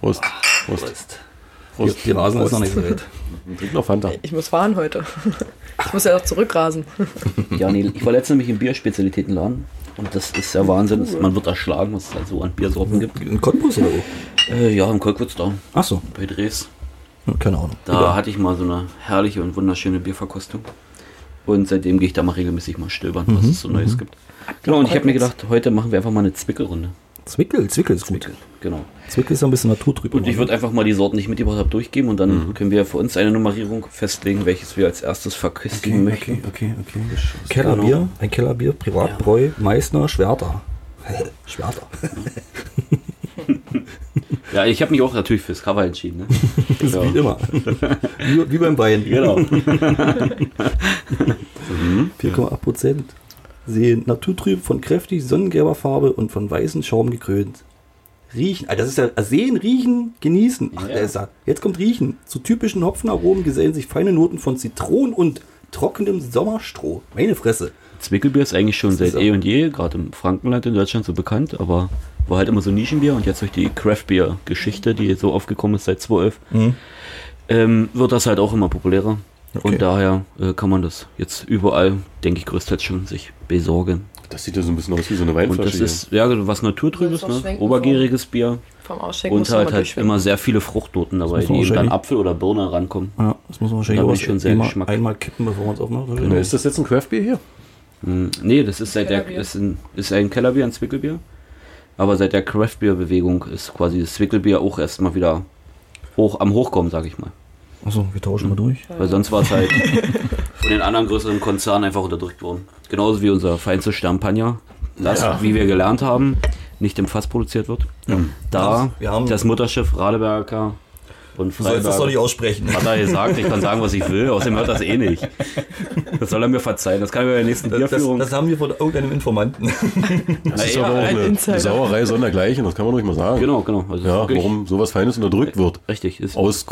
B: Prost. Prost.
A: Die, die Rasen ist noch nicht so weit.
B: Trink noch Fanta.
C: Äh,
E: Ich muss fahren heute. Ich muss ja noch zurückrasen.
C: Ja, nee, ich war letztens nämlich im Bierspezialitätenladen und das ist ja Wahnsinn. Das- Man wird erschlagen, was es halt so an Biersorten gibt.
A: In Cottbus oder wo?
C: Äh, ja, im Kolkwitz da,
A: Achso,
C: bei Dres.
A: hm, keine Ahnung.
C: Da hatte ich mal so eine herrliche und wunderschöne Bierverkostung. Und seitdem gehe ich da mal regelmäßig mal stöbern, was es so Neues gibt. Genau, und ich habe mir gedacht, Mhm, heute machen wir einfach mal eine Zwickelrunde.
A: Zwickel, Zwickel ist gut.
C: Zwickel, genau.
A: Zwickel ist ja ein bisschen Natur drüber.
C: Und ich würde einfach mal die Sorten, die ich mitgebracht habe, durchgeben und dann können wir für uns eine Nummerierung festlegen, welches wir als erstes verköstigen
A: okay,
C: möchten.
A: okay, okay, okay. Kellerbier,
C: Genau.
A: ein Kellerbier, Privatbräu, Meißner, Schwerter. Schwerter.
C: Ja, ich habe mich auch natürlich fürs Cover entschieden. Ne?
A: Wie immer. wie, wie beim Wein.
C: Genau.
A: 4,8 Prozent. Sehen naturtrüb, von kräftig sonnengelber Farbe und von weißem Schaum gekrönt. Riechen, ah, das ist ja sehen, riechen, genießen. Ach, der ist ja. Jetzt kommt riechen. Zu typischen Hopfenaromen gesellen sich feine Noten von Zitronen und trockenem Sommerstroh. Meine Fresse.
C: Zwickelbier ist eigentlich schon
A: ist
C: seit eh und je, gerade im Frankenland in Deutschland so bekannt, aber war halt immer so Nischenbier und jetzt durch die Craftbeer-Geschichte, die so aufgekommen ist seit 2011,
A: Mhm.
C: ähm, wird das halt auch immer populärer. Und daher äh, kann man das jetzt überall, denke ich, größtenteils schon sich besorgen.
B: Das sieht ja so ein bisschen aus wie so eine
C: Und
B: Weinflasche.
C: das ist, ja, genau, was Naturtrübes,
E: Das ist auch
C: ne?
E: schwenken
C: obergäriges Bier
E: Vom Ausschenken
C: und
E: musst du
C: halt,
E: mal
C: halt
E: durchschwenken.
C: immer sehr viele Fruchtnoten dabei,
A: muss man
C: die eben dann
A: wahrscheinlich-
C: Apfel oder Birne rankommen.
A: Ja, das muss man
C: Da bin ich schon sehr
A: einmal,
C: geschmack-
A: einmal kippen, bevor man es aufmacht.
B: hier. Na, ist das jetzt ein Craftbier hier?
C: Hm, Nee, das ist seit der,
E: Kellerbier.
C: ist ein, ist ein Kellerbier, ein Zwickelbier. Aber seit der Craftbeer-Bewegung ist quasi das Zwickelbier auch erstmal wieder hoch, am Hochkommen, sag ich mal.
A: Achso, wir
C: Mhm.
A: tauschen mal durch.
C: Weil sonst war es halt von den anderen größeren Konzernen einfach unterdrückt worden. Genauso wie unser feinstes Champagner, das, wie wir gelernt haben, nicht im Fass produziert wird. Da
A: Wir haben-
C: das Mutterschiff Radeberger und
A: Du sollst das doch
C: Freiberg
A: nicht aussprechen.
C: hat er gesagt, ich kann sagen, was ich will, außerdem hört das eh nicht. Das soll er mir verzeihen, das kann er bei der nächsten
A: Das, das,
C: Bierführung.
A: das haben wir von irgendeinem Informanten.
B: Das ist
C: ja,
B: aber auch
E: ein
B: eine
E: Insider.
B: Sauerei sondergleichen, das kann man ruhig mal sagen.
C: Genau, genau. Also
B: Ja,
C: wirklich- Äh,
B: warum sowas Feines unterdrückt wird.
C: Richtig, ist
B: Aus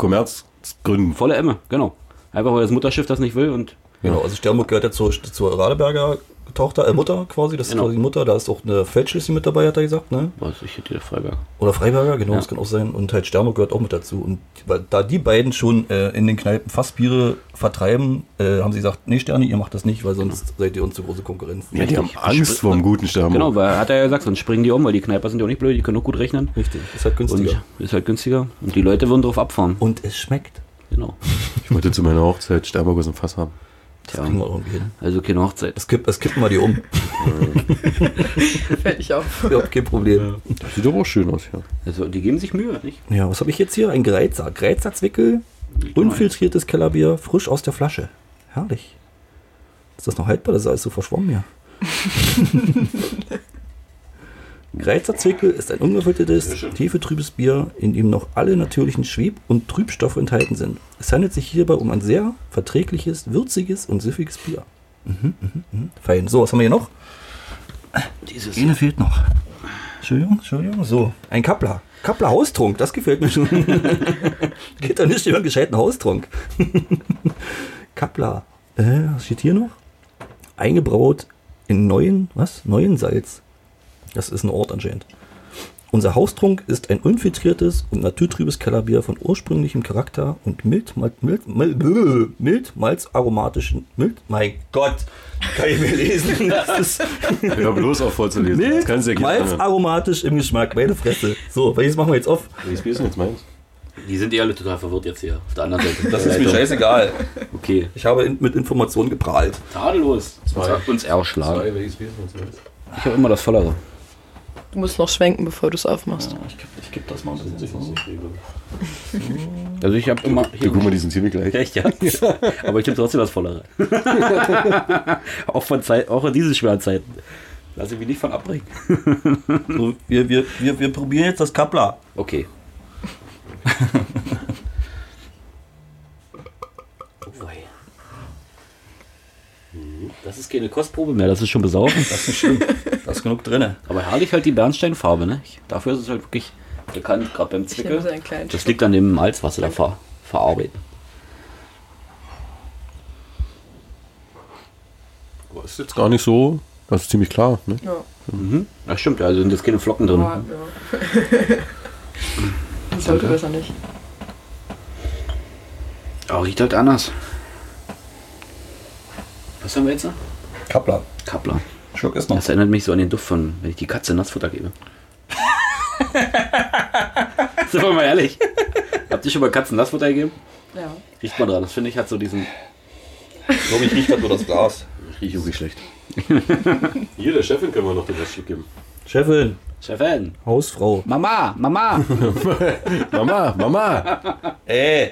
B: Kommerzgründen.
C: volle Emme, genau. Einfach weil das Mutterschiff das nicht will und
A: Genau, also Sternburg gehört ja zur, zur Radeberger Tochter, äh Mutter quasi, das ist
C: Genau.
A: quasi die Mutter, da ist auch eine Feldschlüssel mit dabei, hat er gesagt, ne?
C: was ich hätte der Freiberg.
A: Oder Freiberger, genau, das kann auch sein. Und halt Sternburg gehört auch mit dazu. Und weil- da die beiden schon äh, in den Kneipen Fassbiere vertreiben, äh, haben sie gesagt, nee Sterne, ihr macht das nicht, weil sonst seid ihr uns zu große Konkurrenz.
B: Ja, die haben Angst vor dem guten Sterben.
C: Genau, weil hat er ja gesagt, sonst springen die um, weil die Kneiper sind ja auch nicht blöd, die können auch gut rechnen.
A: Richtig, ist halt günstiger.
C: Und ist halt günstiger. Oh. Und die Leute würden drauf abfahren.
A: Und es schmeckt.
C: Genau.
B: Ich wollte zu meiner Hochzeit Sternburg aus dem Fass haben.
C: Tja,
A: Kriegen wir irgendwie hin.
C: also keine Hochzeit.
A: Es, kipp, es kippen wir die um.
E: Fällt nicht auf.
A: ja, kein Problem.
B: Das sieht aber auch schön aus, ja.
C: Also die geben sich Mühe, nicht?
A: Ja, was habe ich jetzt hier? Ein Greizer. Greizerzwickel, unfiltriertes Kellerbier, frisch aus der Flasche. Herrlich. Ist das noch haltbar? Das ist alles so verschwommen hier. Greizer Zwickel ist ein ungefiltertes, tiefetrübes Bier, in dem noch alle natürlichen Schweb- und Trübstoffe enthalten sind. Es handelt sich hierbei um ein sehr verträgliches, würziges und süffiges Bier. Mhm, mhm, mhm. Fein. So, was haben wir hier noch?
C: Dieses
A: Eine fehlt noch. Entschuldigung, Entschuldigung. So, ein Kappler. Kappler Haustrunk, das gefällt mir schon. Geht doch nicht über einen gescheiten Haustrunk. Kappler. Äh, was steht hier noch? Eingebraut in neuen, was? Neuen Salz. Das ist ein Ort anscheinend. Unser Haustrunk ist ein unfiltriertes und naturtrübes Kellerbier von ursprünglichem Charakter und mild, mild, mild, mild, mild malzaromatischen, mild, mein Gott, kann ich mir lesen, das ist
B: Hör bloß auf vorzulesen. Das kannst du ja
A: Malz
B: gerne.
A: aromatisch im Geschmack, meine Fresse. So, welches machen wir jetzt auf?
B: Welches Bier ist denn jetzt meins?
C: Die sind eh alle total verwirrt jetzt hier. Auf der anderen Seite.
A: Das ist mir scheißegal.
C: Okay.
A: Also. Ich habe in, mit Informationen geprahlt.
C: Tadellos. Das hat uns erschlagen.
B: welches Bier ist denn jetzt
C: Ich habe immer das vollere.
E: Du musst noch schwenken, bevor du es aufmachst.
A: Ich gebe das mal ein bisschen.
C: Also ich habe immer.
B: Ja, guck mal, die sind ziemlich gleich.
C: Echt, ja. Aber ich habe trotzdem das Vollere. auch, von Zeit, auch in diesen schweren Zeiten. Lass ich mich nicht von abbringen.
A: So, wir, wir, wir, wir probieren jetzt das Kappler.
C: Okay. Oh Hm, Das ist keine Kostprobe mehr, das ist schon besaufen.
A: Da ist genug drin.
C: Aber herrlich halt die Bernsteinfarbe, ne? Ich, dafür ist es halt wirklich bekannt, gerade beim
E: Ich nehme so
C: Zwickel.
E: einen kleinen
C: Das
E: Schluck.
C: liegt an dem Malz, was sie da ver verarbeiten.
B: Aber ist jetzt gar nicht so. Das ist ziemlich klar. Ne?
E: Ja, Ah,
C: Das stimmt, also sind jetzt keine Flocken drin.
E: aber, ja. Das sollte besser nicht.
C: Aber riecht halt anders. Was haben wir jetzt?
A: Kappler.
C: Kappler.
A: Schluck ist noch.
C: Das erinnert mich so an den Duft von, wenn ich die Katze Nassfutter gebe. Sind wir mal ehrlich. Habt ihr schon mal Katzen Nassfutter gegeben?
G: Ja.
C: Riecht man dran. Das finde ich hat so diesen.
A: Ich glaube, ich rieche nur das Glas.
C: Ich rieche irgendwie schlecht.
B: Hier, der Chefin können wir noch den Reststück geben.
A: Chefin,
C: Chefin!
A: Hausfrau.
C: Mama! Mama!
B: Mama, Mama!
A: Äh.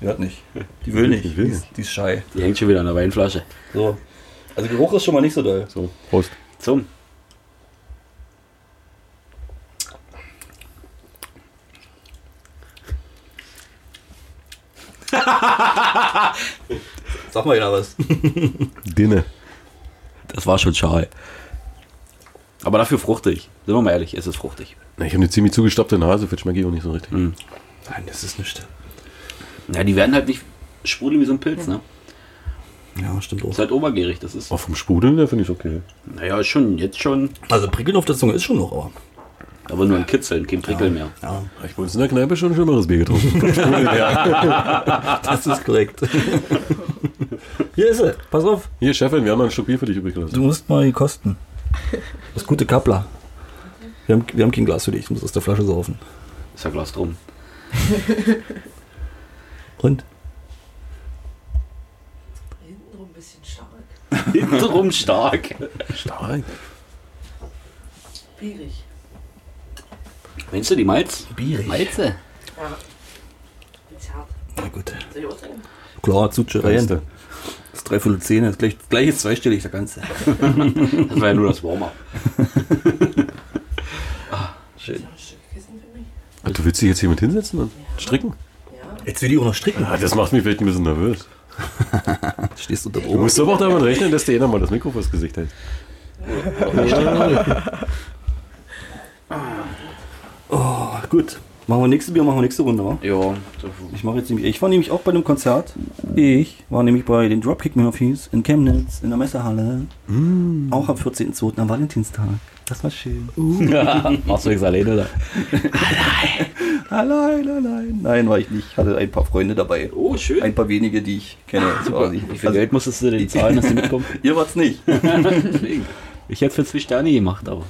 A: Die hört nicht. Die will nicht. Die, ist, die ist schei.
C: Die hängt schon wieder an der Weinflasche.
A: So. Also Geruch ist schon mal nicht so doll.
B: So, Prost.
C: Zum.
A: Sag mal wieder was.
B: Dinne.
C: Das war schon schal. Aber dafür fruchtig. Sind wir mal ehrlich, es ist fruchtig.
B: Na, Ich habe eine ziemlich zugestoppte Nase, vielleicht schmecke ich auch nicht so richtig.
A: Nein, das ist nicht.
C: Ja, die werden halt nicht sprudeln wie so ein Pilz, ne?
A: Ja, stimmt
C: Ist
A: auch.
C: halt obergierig, das ist.
B: Auch vom Sprudeln, der finde ich okay.
C: Naja, ist schon, jetzt schon.
A: Also Prickeln auf der Zunge ist schon noch, aber.
C: Aber nur ein Kitzeln, kein Prickeln mehr.
A: Ja,
B: Hab Ich habe uns in der Kneipe schon ein schlimmeres Bier getrunken.
A: das ist korrekt. Hier ist er. Pass auf.
B: Hier, Chefin, wir haben noch ein Stück Bier für dich übrig gelassen.
A: Du musst mal die kosten. Das gute Kappler. Wir haben, wir haben kein Glas für dich. Ich muss aus der Flasche saufen.
C: Ist ja Glas drum.
A: Und?
H: Hintenrum ein bisschen stark.
C: Hintenrum stark.
B: Stark.
H: Bierig.
C: Meinst du die Malz?
A: Bierig.
C: Malze?
H: Ja. Ist hart.
A: Na gut.
H: Soll ich auch trinken?
A: Klar, Zutsche rein.
B: Fenster.
A: Das ist dreiviertel Zehn. Das gleich, gleich ist zweistellig, der ganze.
C: Das war ja nur das Warm-up.
A: Schön.
H: Ein Stück Kissen für mich?
B: Ach, Du willst dich jetzt hier mit hinsetzen und stricken?
H: Ja.
A: Jetzt will ich auch noch stricken.
B: Ah, das macht mich vielleicht ein bisschen nervös.
A: Stehst unter
B: Du
A: Drogen.
B: musst aber auch damit rechnen, dass dir einer mal das Mikro vors Gesicht hält.
A: Ah, gut. Machen wir nächste Bier, machen wir nächste Runde, wa?
C: Ja,
A: Ich mache jetzt nämlich. Ich war nämlich auch bei einem Konzert. Ich war nämlich bei den Dropkick Murphys in Chemnitz in der Messehalle.
C: Mm.
A: Auch am 14.02. am Valentinstag. Das war schön.
C: Uh. machst du nichts alleine oder?
A: Allein, allein. Nein, war ich nicht. Ich hatte ein paar Freunde dabei.
C: Oh, schön. Also-
A: Ein paar wenige, die ich kenne. Das war nicht-
C: Wie viel Geld musstest du denn zahlen, dass du mitkommst?
A: Ihr wart's nicht.
C: Deswegen. Ich hätte für zwei Sterne gemacht, aber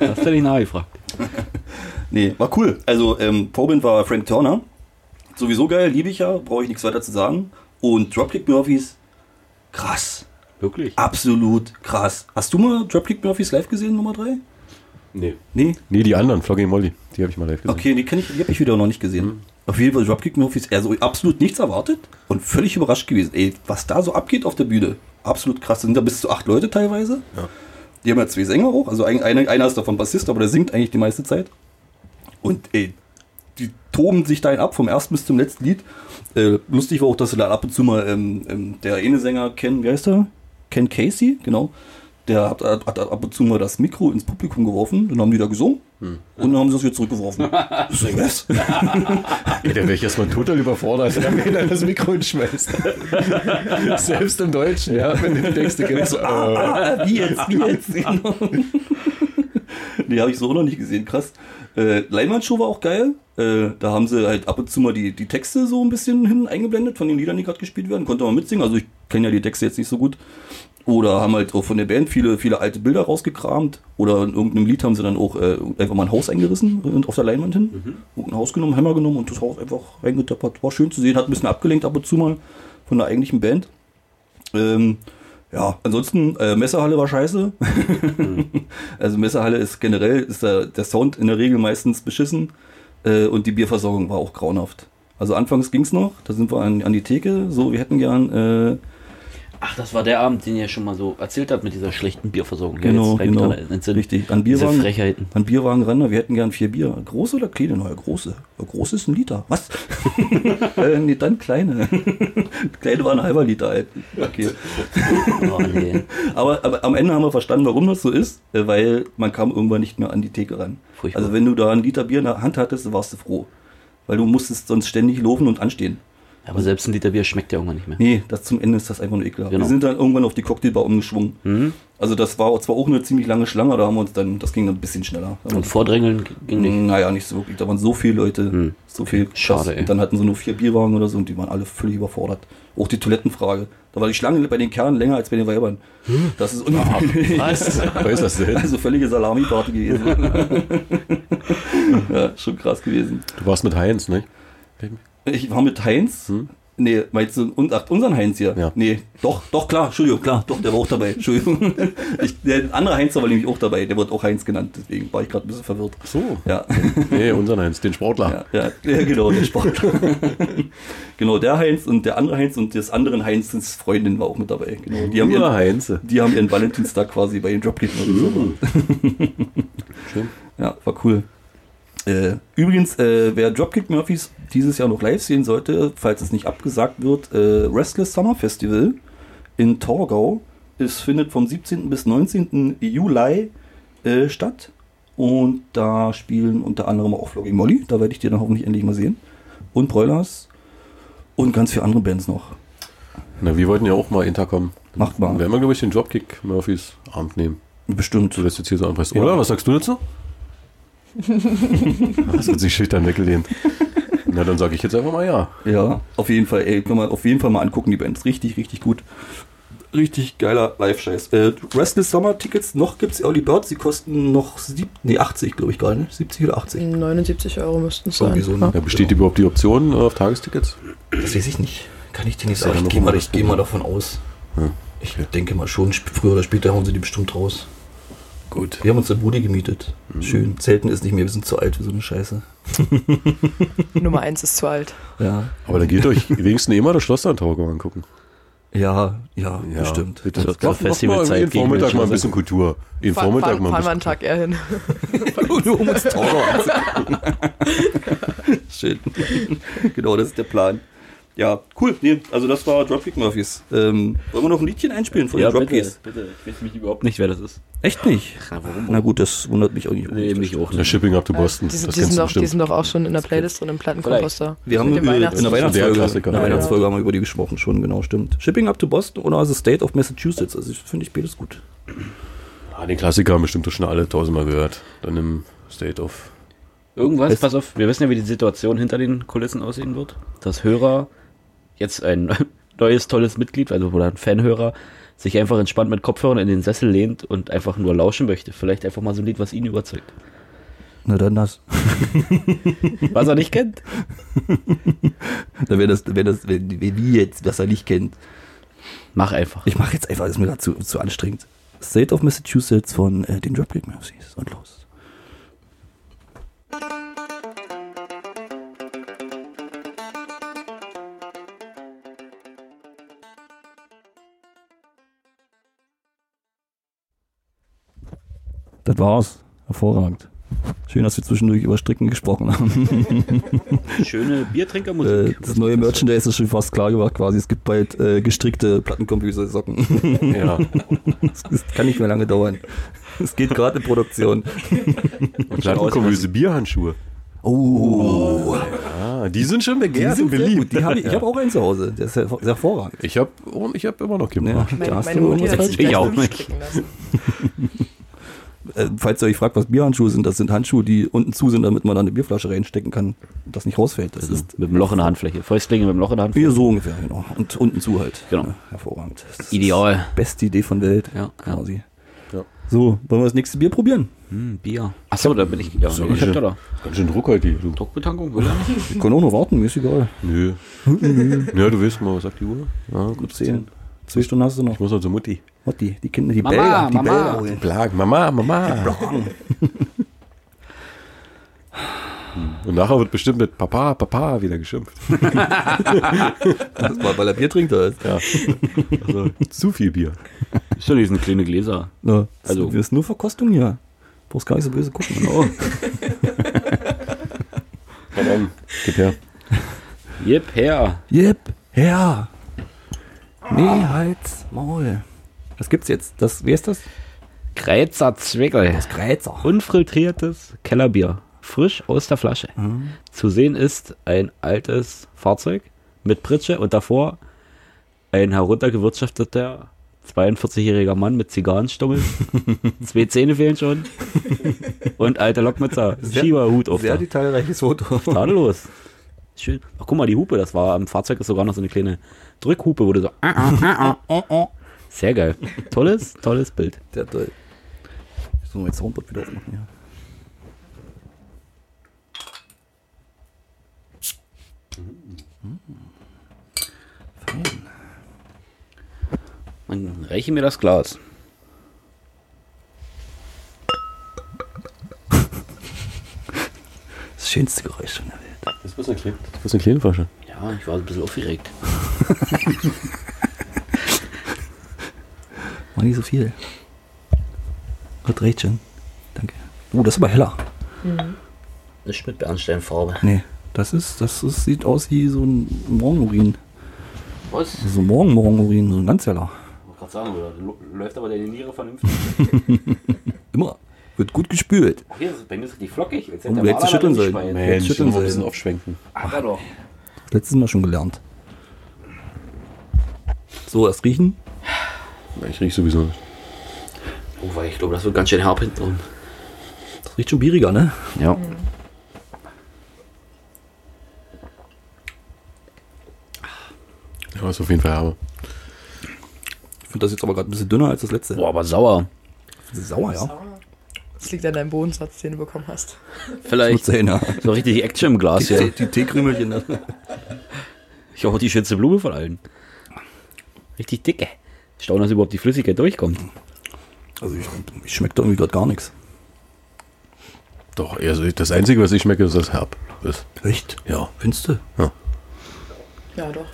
C: hast du nicht nachgefragt.
A: Nee, war cool. Also, ähm, Vorband war Frank Turner. Sowieso geil, liebe ich ja, brauche ich nichts weiter zu sagen. Und Dropkick Murphys, krass.
C: Wirklich?
A: Absolut krass. Hast du mal Dropkick Murphys live gesehen, Nummer 3?
B: Nee.
A: Nee?
B: Nee, die anderen, Floggy und Molly, die habe ich mal live gesehen.
A: Okay, die kenne ich, die habe ich wieder noch nicht gesehen. Auf jeden Fall Dropkick Murphys, also absolut nichts erwartet und völlig überrascht gewesen. Ey, was da so abgeht auf der Bühne, absolut krass. Da sind da bis zu acht Leute teilweise. Die haben ja zwei Sänger auch, also ein, einer, einer ist davon Bassist, aber der singt eigentlich die meiste Zeit. Und ey, die toben sich dahin ab, vom ersten bis zum letzten Lied. Äh, lustig war auch, dass sie da ab und zu mal ähm, ähm, der eine Sänger Ken, wie heißt er? Ken Casey, genau. Der hat, hat, hat ab und zu mal das Mikro ins Publikum geworfen, dann haben die da gesungen und dann haben sie es wieder zurückgeworfen. Ich so, was?
B: Ey, da wäre ich erstmal total überfordert, wenn mir dann das Mikro hinschmeißt. Selbst im Deutschen, ja, wenn du denkst, du kennst so, äh,
A: Ah, wie jetzt, wie jetzt? Genau. nee, habe ich so auch noch nicht gesehen, krass. Äh, Leinwandshow war auch geil. Äh, da haben sie halt ab und zu mal die, die Texte so ein bisschen hin eingeblendet von den Liedern, die gerade gespielt werden. Konnte man mitsingen. Also ich kenne ja die Texte jetzt nicht so gut. Oder haben halt auch von der Band viele, viele alte Bilder rausgekramt. Oder in irgendeinem Lied haben sie dann auch äh, einfach mal ein Haus eingerissen und auf der Leinwand hin. Irgendein Haus genommen, Hammer genommen und das Haus einfach reingetappert. War schön zu sehen, hat ein bisschen abgelenkt ab und zu mal von der eigentlichen Band. Ähm, ja, ansonsten, äh, Messerhalle war scheiße.
C: Mhm.
A: also Messerhalle ist generell, ist der, der Sound in der Regel meistens beschissen äh, und die Bierversorgung war auch grauenhaft. Also anfangs ging's noch, da sind wir an, an die Theke, so, wir hätten gern, äh,
C: Ach, das war der Abend, den ihr schon mal so erzählt habt mit dieser schlechten Bierversorgung.
A: genau,
C: jetzt fällt mir
A: genau,
C: gerade ein Sinn.
A: richtig, an
C: Diese
A: Bierwagen,
C: Frechheiten.
A: an Bierwagen ran, wir hätten gern vier Bier. Große oder kleine? Naja, große. Ja, große ist ein Liter. Was? äh, nee, dann kleine. kleine war ein halber Liter alt. Okay.
C: Oh, nee.
A: Aber, aber am Ende haben wir verstanden, warum das so ist, äh, weil man kam irgendwann nicht mehr an die Theke ran.
C: Furchtbar.
A: Also wenn du da einen Liter Bier in der Hand hattest, warst du froh. Weil du musstest sonst ständig laufen und anstehen.
C: Aber selbst ein Liter Bier schmeckt ja irgendwann nicht mehr.
A: Nee, das zum Ende ist das einfach nur ekelhaft.
C: Genau.
A: Wir sind dann irgendwann auf die Cocktailbar umgeschwungen.
C: Mhm.
A: Also das war zwar auch eine ziemlich lange Schlange, da haben wir uns dann, das ging dann ein bisschen schneller.
C: Und vordrängeln ging nicht.
A: Naja, nicht so wirklich. Da waren so viele Leute,
C: Hm.
A: so viel.
C: Schade,
A: Krass.
C: ey.
A: Und dann hatten sie nur vier Bierwagen oder so und die waren alle völlig überfordert. Auch die Toilettenfrage. Da war die Schlange bei den Kerlen länger als bei den Weibern. Das ist unglaublich.
C: Hm? Was?
B: Äußerst selten.
A: Also völlige Salami-Party gewesen. ja, schon krass gewesen.
B: Du warst mit Heinz, ne?
A: Ich war mit Heinz. Nee, meinst du und, ach, unseren Heinz hier?
B: Ja.
A: Nee, doch, doch, klar, Entschuldigung, klar, doch, der war auch dabei. Entschuldigung. Ich, der andere Heinz war nämlich auch dabei, der wird auch Heinz genannt, deswegen war ich gerade ein bisschen verwirrt.
B: So.
A: Ja.
B: Nee, unseren Heinz, den Sportler.
A: Ja, ja, ja genau, der Sportler. genau, der Heinz und der andere Heinz und des anderen Heinzens Freundin war auch mit dabei. Genau, die, haben
B: Nur
A: ihren,
B: Heinze.
A: die haben ihren Valentinstag quasi bei den Dropkick Murphys
B: Schön.
A: Ja, war cool. Äh, übrigens, äh, wer Dropkick Murphys dieses Jahr noch live sehen sollte, falls es nicht abgesagt wird, äh, Restless Summer Festival in Torgau. Es findet vom 17. bis 19. Juli äh, statt. Und da spielen unter anderem auch Flogging Molly. Da werde ich dir dann hoffentlich endlich mal sehen. Und Broilers. Und ganz viele andere Bands noch.
B: Na, wir wollten ja auch mal Intercom.
A: Macht mal.
B: Werden wir, glaube ich, den Dropkick Murphys Abend nehmen.
A: Bestimmt.
B: Du lässt jetzt hier so anpressen.
A: Ja.
B: Oder? Was sagst du dazu? das wird sich schüchtern weggelehnt. Na, dann sage ich jetzt einfach mal ja.
A: Ja, auf jeden Fall, ey, kann man auf jeden Fall mal angucken, die Bands. Richtig, richtig gut. Richtig geiler Live-Scheiß. Äh, Restless Summer Tickets noch gibt's Early Birds, die kosten noch sieb, nee, 80, glaube ich, gerade, ne? 70 oder 80.
E: 79 Euro müssten es sein.
A: Irgendwie so, ne?
E: Ja.
B: Ja, besteht überhaupt die Option äh, auf Tagestickets?
A: Das weiß ich nicht. Kann ich dir nicht
B: Das ist ja
A: sagen. Ich
B: noch
A: gehe mal,
B: mal-
A: ich geh mal davon aus. Ich denke mal schon, sp- früher oder später hauen sie die bestimmt raus.
B: Gut.
A: Wir haben uns eine Bude gemietet. Schön. Zelten ist nicht mehr, wir sind zu alt für so eine Scheiße.
E: Nummer 1 ist zu alt.
A: Ja.
B: Aber dann geht euch wenigstens immer das Schloss an Torgau angucken.
A: Ja, ja,
B: Ja,
A: bestimmt.
B: bitte.
C: Zur-
B: Macht-
C: zur
B: macht mal irgendwie
C: Festivalzeit gehen
B: Jeden
C: wir
B: Vormittag
C: schon
B: mal
A: also
B: ein
C: sein.
B: bisschen Kultur. Jeden
E: Fahr-
B: Vormittag
E: fahren,
B: mal
E: fahren
B: ein Hm,
E: wir einen Tag eher hin.
A: Nur um ins Torgau Schön. genau, das ist der Plan. Ja, cool. Nee, also das war Dropkick Murphys. Ähm, wollen wir noch ein Liedchen einspielen von den Dropkicks?
C: bitte. Ich weiß mich überhaupt nicht, wer das ist.
A: Echt nicht? Na gut, das wundert mich auch nicht.
C: Nee, mich auch
B: bisschen. Der
C: nicht.
B: Shipping up to Boston.
E: Die,
B: das
E: sind- die,
B: kennst
E: sind
B: du
E: doch, die
B: bestimmt.
E: sind doch auch schon in der Playlist und im Plattenkomposter.
A: wir haben
E: Mit
A: über,
E: dem
A: in
E: Weihnachts-
A: der
B: Der
A: Weihnachtsfolge, in
B: Klassiker.
A: der
B: Ja, ja.
A: Weihnachtsfolge haben wir über die gesprochen schon, genau, stimmt. Shipping up to Boston oder The State of Massachusetts. Also ich finde ich beides gut.
B: Ah, den Klassiker haben bestimmt schon alle tausendmal gehört. Dann im State of.
C: Irgendwas,
A: Es-
C: pass auf, wir wissen ja, wie die Situation hinter den Kulissen aussehen wird. Dass Hörer jetzt ein neues, tolles Mitglied, also oder ein Fanhörer, sich einfach entspannt mit Kopfhörern in den Sessel lehnt und einfach nur lauschen möchte. Vielleicht einfach mal so ein Lied, was ihn überzeugt.
A: Na dann das.
C: Was er nicht kennt.
A: Dann wäre das, wär das wenn, wenn wie jetzt, was er nicht kennt.
C: Mach einfach.
A: Ich mache jetzt einfach, das ist mir gerade zu, zu anstrengend. State of Massachusetts von äh, den Dropkick Murphys. Und los. Das war's. Hervorragend. Schön, dass wir zwischendurch über Stricken gesprochen haben.
C: Schöne
A: Äh,
C: Biertrinkermusik.
A: Das neue Merchandise ist schon fast klar gemacht quasi. Es gibt bald äh, gestrickte Plattenkomputer-Socken.
B: Ja.
A: Das kann nicht mehr lange dauern. Es geht gerade in Produktion.
B: Plattenkommöse Bierhandschuhe.
A: Oh,
B: Ah, die sind schon
A: die
B: begehrt
A: sind
B: und
A: sehr gut.
B: beliebt.
A: Die hab ich ich habe auch einen zu Hause. Der ist her sehr hervorragend.
B: Ich habe ich hab immer noch
A: Ja,
B: gemacht.
E: Meine,
A: da hast
E: meine
A: du
E: Mutti
A: irgendwas
E: hat
A: falsch
E: sich
A: gemacht.
E: gleich
C: Ich auch
E: durchblicken lassen.
A: äh, Falls ihr euch fragt, was Bierhandschuhe sind, das sind Handschuhe, die unten zu sind, damit man da eine Bierflasche reinstecken kann und das nicht rausfällt. Das ist
C: Mit dem Loch in der Handfläche. Fäustlinge mit dem Loch in der Handfläche.
A: hier so ungefähr, genau. Und unten zu halt.
C: Genau.
A: Ja, hervorragend. Das ist
C: Ideal.
A: die Beste Idee von Welt.
C: Ja, ja.
A: quasi.
B: Ja.
A: So, wollen wir das nächste Bier probieren?
C: Hm, Bier. Achso, da bin ich. Ja,
B: So,
C: nee, ich
B: schön.
C: hab da da.
B: Ganz schön Druck heute. hier, Du.
C: Druckbetankung, will er nicht?
A: Wir können auch noch warten, mir ist egal.
B: Nö. ja, du weißt mal, was sagt die Uhr? Ja, gut.
A: Gut zählen. Zwei Stunden hast du noch.
B: Ich muss noch zur Mutti.
A: Motti, die Kinder, die
C: Mama,
A: Bälle, die
C: Mama.
A: Bälle holen.
B: Plag, Mama, Mama. Hm. Und nachher wird bestimmt mit Papa, Papa wieder geschimpft.
A: Das war, weil er Bier trinkt, oder?
B: Ja. Also, zu viel Bier.
C: Ist ja diesen kleine Gläser.
A: Na,
C: Also-
A: also, wir ist nur Verkostung hier. Brauchst gar nicht so böse gucken. Oh.
B: Komm an, gib her.
C: Jep, her.
A: Yep, her. Nee, Hals, Maul. Was gibt's jetzt? Das, wer ist das?
C: Kreizer Zwickel.
A: Gräzer.
C: Unfiltriertes Mhm. Kellerbier. Frisch aus der Flasche. Zu sehen ist ein altes Fahrzeug mit Pritsche und davor ein heruntergewirtschafteter 42-jähriger Mann mit Zigarrenstummel. Zwei Zähne fehlen schon. Und alter Lockmützer.
A: Sehr-
C: Schieberhut auf.
A: Sehr
C: da.
A: detailreiches Foto.
C: Tadellos. Schön. Ach, guck mal, die Hupe, das war am Fahrzeug ist sogar noch so eine kleine Drückhupe, wurde so. äh,
A: Oh,
C: Sehr geil. Tolles, tolles Bild.
A: Sehr toll. Ich soll mal jetzt Soundboard wieder aufmachen, ja. Mhm.
C: Man reiche mir das Glas.
A: Das schönste Geräusch von der Welt.
B: Das ist ein Klein- das ist eine kleine Flasche.
C: Ja, ich war ein bisschen aufgeregt.
A: War nicht so viel. Gott, reicht schon. Danke. Oh, das ist aber heller.
C: Nicht mit Bernsteinfarbe.
A: Nee, das ist, das ist, sieht aus wie so ein Morgenurin.
C: Was? Ich
A: So ein Morgen-Morgenurin, so ein ganz heller.
C: wollte gerade sagen, Bruder, lo- läuft aber deine Niere vernünftig.
A: Immer. Wird gut gespült.
C: Ach, Hier ist es bei mir ist richtig flockig. Jetzt
A: Und du hättest schütteln sollen. Jetzt schütteln
B: muss ein bisschen
A: sollen.
B: aufschwenken.
C: Ach, doch.
A: Letztes Mal schon gelernt. So, erst riechen.
B: Ich riech sowieso nicht.
C: Oh, weil ich glaube, das wird ganz schön herb hinten. Mhm.
A: Das riecht schon bieriger, ne?
C: Ja.
B: Ja, ist auf jeden Fall herbe.
A: Ich finde das jetzt aber gerade ein bisschen dünner als das letzte.
C: Boah, aber sauer.
A: Das ist sauer, ja.
E: Das liegt an deinem Bodensatz, den du bekommen hast.
A: Mit
C: Vielleicht
A: Zähne.
C: so richtig Action im Glas
A: Die,
C: hier.
A: die Teekrümelchen. ne?
C: Ich auch die schönste Blume von allen. Richtig dicke. Ich staune, dass überhaupt die Flüssigkeit durchkommt.
A: Also ich, ich schmecke da irgendwie gerade gar nichts.
B: Doch, also das Einzige, was ich schmecke, ist das Herb. Ist.
A: Echt?
B: Ja.
A: Findest du?
E: Ja, doch.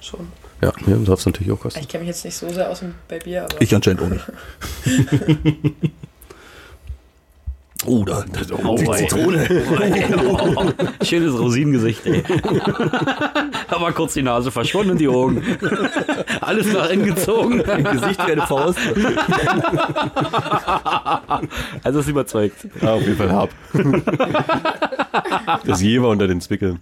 E: Schon.
B: Ja, ja darf es natürlich auch kosten.
E: Ich kenne mich jetzt nicht so sehr aus dem- bei Bier, aber.
A: Ich anscheinend auch nicht. oh, da, da oh, die Zitrone.
C: Schönes Rosinengesicht, ey. aber kurz die Nase verschwunden und die Augen. Alles nach innen gezogen.
A: Ein Gesicht wie eine Faust.
C: Also ist überzeugt.
B: Ja, Ah, auf jeden Fall herb. das Jever unter den Zwickeln.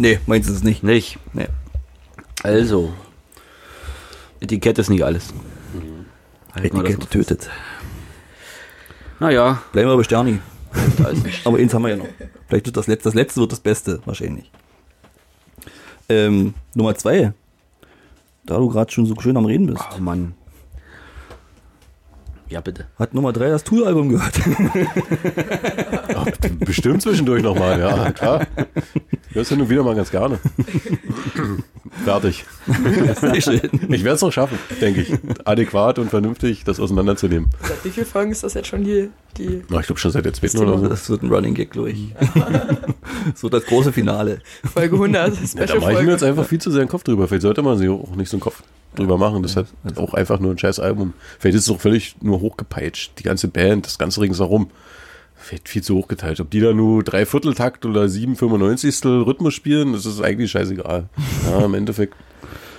A: Nee, meinst du es nicht?
C: Nicht.
A: Nee.
C: Also. Etikett ist nicht alles. Halten wir das
A: Etikett tötet.
C: mal- Naja,
A: Bleiben wir bei Sterni.
C: da ist nicht.
A: Aber eins haben wir ja noch. Vielleicht wird das letzte, das letzte wird das Beste, wahrscheinlich. Ähm, Nummer zwei. Da du gerade schon so schön am Reden bist.
C: Oh Mann. Ja, bitte.
A: Hat Nummer drei das Tool-Album gehört.
B: Bestimmt zwischendurch nochmal, ja, klar. Hörst du nun wieder mal ganz gerne. Fertig.
A: Sehr schön.
B: Ich werde es noch schaffen, denke ich. Adäquat und vernünftig, das auseinanderzunehmen.
E: Seit wie vielen Folgen ist das jetzt schon die. die
B: Na, ich glaube schon seit der zweiten
E: Ist die
B: oder so.
A: Das wird ein Running Gag, glaube ich. Das wird das große Finale.
E: Folge 100?
B: Da mache ich
E: Special-Folge.
B: mir jetzt einfach viel zu sehr den Kopf drüber. Vielleicht sollte man sich auch nicht so einen Kopf drüber machen. Das ist halt auch einfach nur ein scheiß Album. Vielleicht ist es auch völlig nur hochgepeitscht. Die ganze Band, das ganze ringsherum. Vielleicht viel zu hochgeteilt. Ob die da nur Dreivierteltakt oder 795. Rhythmus spielen, das ist eigentlich scheißegal. Ja, im Endeffekt,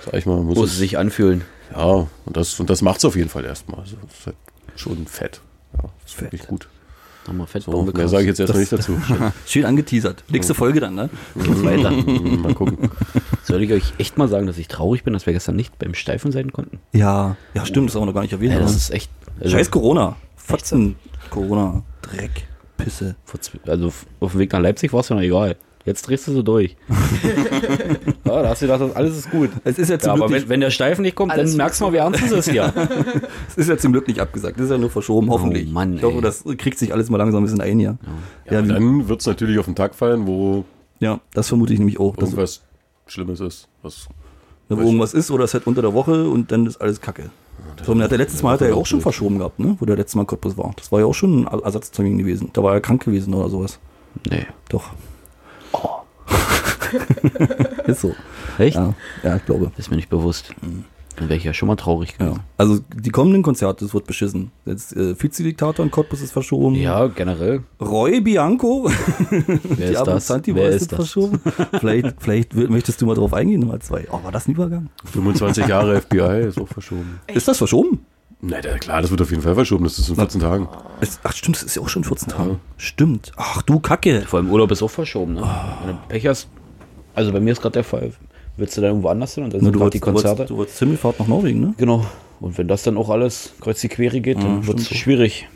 B: sag ich mal, muss
C: Muss es
B: es.
C: sich anfühlen.
B: Ja, und das, und das macht es auf jeden Fall erstmal. Also, das ist halt schon fett. Ja, das ist wirklich gut.
C: Nochmal Fettbaum
B: So, mehr sage ich jetzt erstmal nicht dazu.
A: Schön angeteasert. Nächste Folge dann, ne?
C: jetzt weiter.
B: Hm, mal gucken.
C: Soll ich euch echt mal sagen, dass ich traurig bin, dass wir gestern nicht beim Steifen sein konnten?
A: Ja, ja, stimmt, das haben wir noch gar nicht erwähnt.
C: Ja,
A: aber-
C: das ist echt. Also,
A: Scheiß Corona. Fotzen. Corona. Dreck. Pisse.
C: vor zw- also f- auf dem Weg nach Leipzig war es ja noch egal. Jetzt drehst du so durch. ja, da hast du gedacht, das- alles ist gut.
A: Es ist ja
C: Ja,
A: zum,
C: aber
A: Glück,
C: wenn,
A: nicht,
C: wenn der Steifen nicht kommt,
E: Alles
C: dann merkst du mal, wie ernst es ist hier.
A: es ist ja zum Glück nicht abgesagt. Es ist ja nur verschoben, hoffentlich.
C: Mann,
A: ich hoffe,
C: ey.
A: das kriegt sich alles mal langsam ein bisschen ein, Oh ja. Ja,
B: Und
A: ja,
B: dann wird es natürlich auf den Tag fallen, wo
A: das vermute ich nämlich auch. Dass, ne,
B: irgendwas Schlimmes ist. Was
A: wo irgendwas ist oder es ist halt unter der Woche und dann ist alles kacke. So, der hat der letztes Mal hat er ja auch schon verschoben gehabt, ne? wo der letzte Mal in Cottbus war. Das war ja auch schon ein Ersatztermin gewesen. Da war er krank gewesen oder sowas.
C: Nee.
A: Doch. Oh. ist so.
C: Echt?
A: Ja, ja ich glaube.
C: Das ist mir nicht bewusst. Dann wäre ich ja schon mal traurig
A: Ja.
C: gewesen.
A: Also die kommenden Konzerte, das wird beschissen. Jetzt äh, Vize-Diktator in Cottbus ist verschoben.
C: Ja, generell.
A: Roy Bianco,
C: Wer ist das?
A: Abonsanti
C: Wer
A: Boys
C: ist
A: sind
C: das?
A: verschoben. vielleicht vielleicht w- möchtest du mal drauf eingehen, Nummer zwei. Oh, war das ein Übergang?
B: 25 Jahre FBI ist auch verschoben.
A: Ist das verschoben?
B: Na da- klar, das wird auf jeden Fall verschoben. Das ist in 14 Tagen.
A: Es, ach stimmt, es ist ja auch schon 14 Tage. Stimmt. Ach du Kacke.
C: Vor allem Urlaub ist auch verschoben, ne? Wenn du Pech hast, also bei mir ist gerade der Fall, willst du dann irgendwo anders hin und dann sind gerade die
A: wolltest-
C: Konzerte.
A: du wolltest Himmelfahrt nach Norwegen, ne?
C: Genau. Und wenn das dann auch alles kreuz die Quere geht, dann
A: Ja,
C: wird es
A: stimmt.
C: schwierig.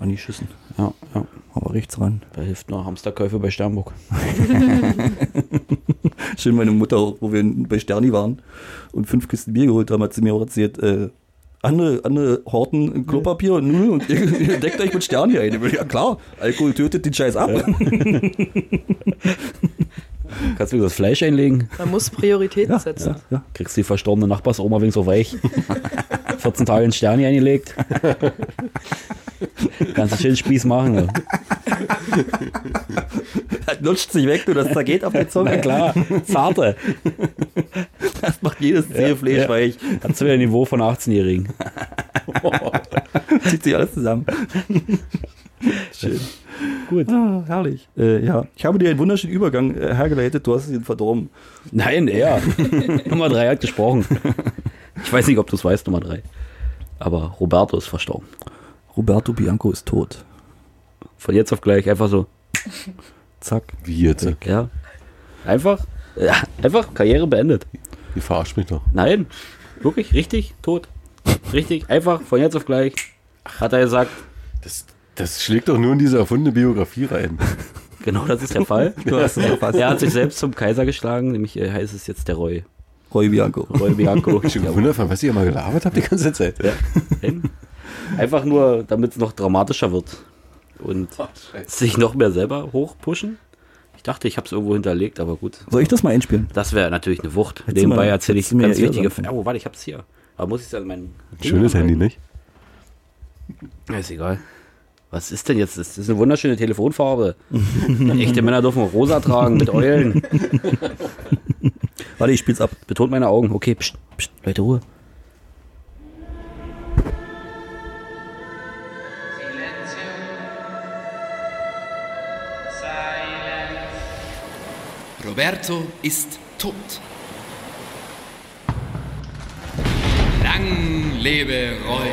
A: Angeschissen.
C: Ja, ja.
A: Ah, Aber rechts ran.
C: Da hilft nur Hamsterkäufe bei Sternburg.
A: Schön, meine Mutter, wo wir bei Sterni waren und fünf Kisten Bier geholt haben, hat sie mir auch erzählt, äh, andere, andere horten Klopapier und Nudeln und ihr, ihr deckt euch mit Sterni ein. Ich bin, Ja klar, Alkohol tötet den Scheiß ab.
C: Kannst du das Fleisch einlegen?
E: Man muss Prioritäten
A: Ja,
E: setzen.
A: ja.
C: Kriegst die verstorbene Nachbarsoma wegen so weich. 14 Tage in Sterni eingelegt. Kannst du schön Spieß machen. Ne?
A: Das lutscht sich weg, du, das zergeht auf der Zunge.
C: Na klar, zarte.
A: Das macht jedes Zehfleisch
C: ja.
A: weich.
C: Kannst du wieder Niveau von 18-Jährigen.
A: Zieht sich alles zusammen. Schön.
C: Gut.
A: Ah, herrlich. Äh, ja. Ich habe dir einen wunderschönen Übergang äh, hergeleitet, du hast ihn verdorben.
C: Nein, er. Nummer 3 hat gesprochen. Ich weiß nicht, ob du es weißt, Nummer 3. Aber Roberto ist verstorben.
A: Roberto Bianco ist tot.
C: Von jetzt auf gleich einfach so.
A: Zack.
B: Wie jetzt? Ihr
C: Ja. Einfach. Ja, einfach Karriere beendet.
B: verarscht mich doch.
C: Nein. Wirklich, richtig, tot. Richtig, einfach, von jetzt auf gleich. Hat er gesagt,
B: Das, das schlägt doch nur in diese erfundene Biografie rein.
C: genau das ist der Fall.
A: Du hast es verpasst.
C: Er hat sich selbst zum Kaiser geschlagen, nämlich äh, heißt es jetzt der Roy.
A: Roy Bianco.
C: Roy Bianco.
B: Ich bin gewundert, von was ihr mal gelabert habt die ganze Zeit.
C: Nein. Einfach nur, damit es noch dramatischer wird. Und sich noch mehr selber hochpushen. Ich dachte, ich habe es irgendwo hinterlegt, aber gut.
A: Soll ich das mal einspielen?
C: Das wäre natürlich eine Wucht.
A: Hättest du
C: Nebenbei
A: mal-
C: erzähle ich
A: hättest du mir
C: ganz
A: ja eher
C: wichtige.
A: sagen können.
C: Oh, warte, ich hab's hier. Aber muss ich es an meinen.
B: Schönes Handy, nicht?
C: Ja, Ist egal. Was ist denn jetzt? Das ist eine wunderschöne Telefonfarbe. Echte Männer dürfen auch rosa tragen mit Eulen.
A: Warte, ich spiel's ab.
C: Betont meine Augen. Okay, pst, pst, Leute, Ruhe.
H: Roberto ist tot. Lang lebe Roy.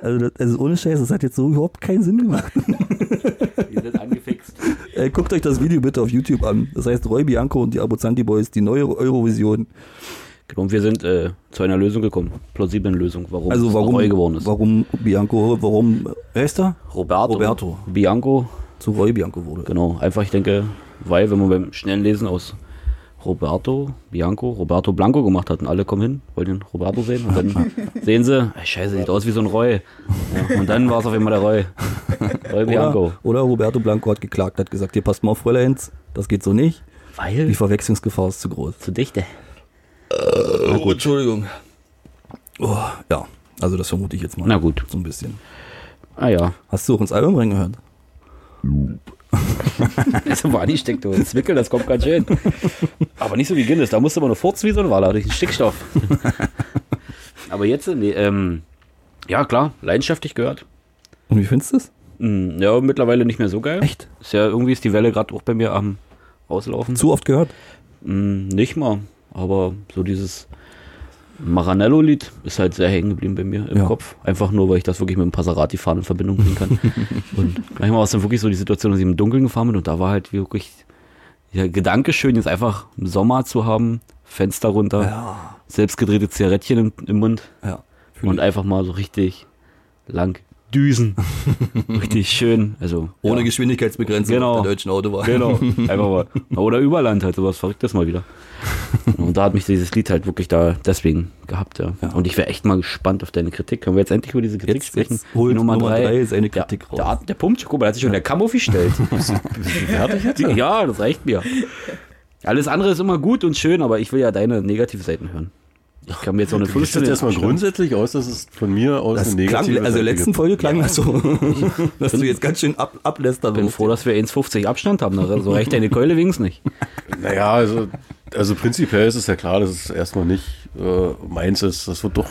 A: Also, das, also ohne Scheiß, das hat jetzt so überhaupt keinen Sinn gemacht.
C: Die sind angefixt.
A: Äh, guckt euch das Video bitte auf YouTube an. Das heißt Roy Bianco und die Abozanti Boys, die neue Eurovision.
C: Genau, und wir sind äh, zu einer Lösung gekommen. Plausiblen Lösung, warum
A: Also
C: es
A: warum,
C: Roy geworden ist.
A: warum Bianco, warum, äh, wer ist da?
C: Roberto,
A: Roberto.
C: Bianco,
A: Zu Roy Bianco wurde.
C: genau. Einfach, ich denke, weil, wenn man beim schnellen Lesen aus Roberto, Bianco, Roberto Blanco gemacht hat und alle kommen hin, wollen den Roberto sehen und dann sehen sie, ey, scheiße, sieht aus wie so ein Roy. Ja, und dann war es auf einmal der Roy. Roy Bianco.
A: Oder, oder Roberto Blanco hat geklagt, hat gesagt, hier passt mal auf, Fräuleins, das geht so nicht.
C: Weil?
A: Die Verwechslungsgefahr ist zu groß.
C: zu dichte.
A: Oh, Entschuldigung. Oh, ja, also das vermute ich jetzt mal.
C: Na gut.
A: So ein bisschen.
C: Ah ja.
A: Hast du auch ins Album reingehört?
C: Das war nicht steckt und Zwickel, das kommt ganz schön. Aber nicht so wie Guinness, da musste man nur furzen wie so ein Waller durch den Stickstoff. Aber jetzt, nee, ähm, ja klar, leidenschaftlich gehört.
A: Und wie findest du es?
C: Hm, Ja, mittlerweile nicht mehr so geil.
A: Echt?
C: Ist ja irgendwie ist die Welle gerade auch bei mir am Auslaufen.
A: Zu oft gehört?
C: Hm, Nicht mal, aber so dieses Maranello-Lied ist halt sehr hängen geblieben bei mir im
A: Ja.
C: Kopf. Einfach nur, weil ich das wirklich mit dem Passerati-Fahren in Verbindung bringen kann. und manchmal war es dann wirklich so die Situation, dass ich im Dunkeln gefahren bin und da war halt wirklich der Gedanke schön, jetzt einfach im Sommer zu haben, Fenster runter,
A: Ja.
C: selbstgedrehte Zigarettchen im, im Mund
A: Ja. Fühl
C: und einfach mal so richtig lang düsen. richtig schön. Also
A: Ohne
C: ja.
A: Geschwindigkeitsbegrenzung
C: Genau.
A: auf der deutschen Autobahn.
C: Genau, einfach mal. Oder Überland halt, sowas Verrücktes mal wieder. Und da hat mich dieses Lied halt wirklich da deswegen gehabt, ja.
A: Ja.
C: Und ich wäre echt mal gespannt auf deine Kritik. Können wir jetzt endlich über diese Kritik
A: Jetzt-
C: sprechen?
A: jetzt holt
C: Die
A: Nummer
C: drei.
A: drei seine Kritik
C: ja,
A: raus.
C: Der, Ab- der pumpt, guck mal, der hat sich schon der Kamm aufgestellt. Bist du- bist du fertig jetzt? ja, das reicht mir. Alles andere ist immer gut und schön, aber ich will ja deine Negativseiten hören. Ich kann mir jetzt so eine
B: Du schließt jetzt
C: Viertelstunde
B: erstmal grundsätzlich aus, dass es von mir aus
A: Das
B: eine negative
A: klang, also in der
B: Seite
A: letzten
B: gibt.
A: Folge klang das so, dass du jetzt ganz schön ab, ablässt.
C: Ich bin froh, dass wir 1,50 Abstand haben. also So reicht deine Keule wenigstens nicht.
B: Naja, also, also prinzipiell ist es ja klar, dass es erstmal nicht äh, meins ist. Das wird doch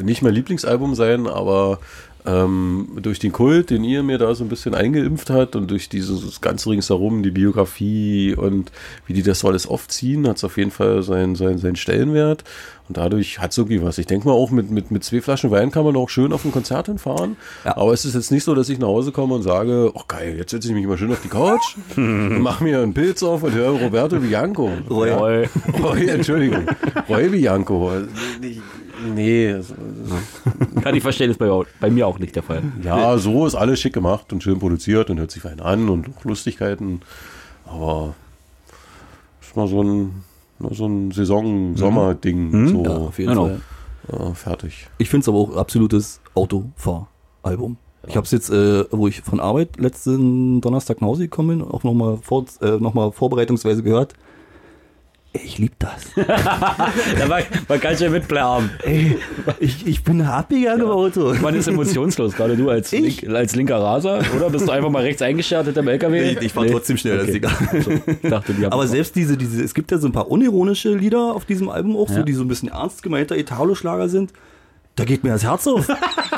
B: nicht mein Lieblingsalbum sein, aber ähm, durch den Kult, den ihr mir da so ein bisschen eingeimpft hat und durch dieses ganze ringsherum, die Biografie und wie die das so alles aufziehen, hat es auf jeden Fall seinen, seinen, seinen Stellenwert. Und dadurch hat es irgendwie was. Ich denke mal auch, mit, mit, mit zwei Flaschen Wein kann man auch schön auf ein Konzert hinfahren. Aber es ist jetzt nicht so, dass ich nach Hause komme und sage, oh geil, jetzt setze ich mich mal schön auf die Couch, mach mir einen Pilz auf und höre Roberto Bianco.
A: Roy.
B: Roy. Roy, Entschuldigung. Roy Bianco. Nee, also, das-
C: Kann ich verstehen, ist bei, bei mir auch nicht der Fall.
B: ja, Ah, so ist alles schick gemacht und schön produziert und hört sich fein an und auch Lustigkeiten. Aber ist mal so ein, nur so ein Saison-Sommer-Ding. So
A: Mhm. Ja, auf jeden
C: Genau.
A: Fall.
B: äh, fertig.
A: Ich finde es aber auch absolutes Autofahralbum. Ich habe es jetzt, äh, wo ich von Arbeit letzten Donnerstag nach Hause gekommen bin, auch nochmal vor, äh, noch mal vorbereitungsweise gehört. Ey, Ich liebe das.
C: Da war, man kann schon mitbleiben.
A: Ey, ich, ich bin hart gegangen im Auto.
C: Man ist emotionslos, gerade du als,
A: Ich?
C: link, als linker Raser, oder? Bist du einfach mal rechts eingeschert hinter dem LKW?
A: Ich, ich war trotzdem schnell, das ist egal.
C: Ich dachte, die haben
A: Aber selbst diese, diese, es gibt ja so ein paar unironische Lieder auf diesem Album auch, so,
C: Ja.
A: die so ein bisschen ernst gemeinter Italo-Schlager sind. Da geht mir das Herz auf.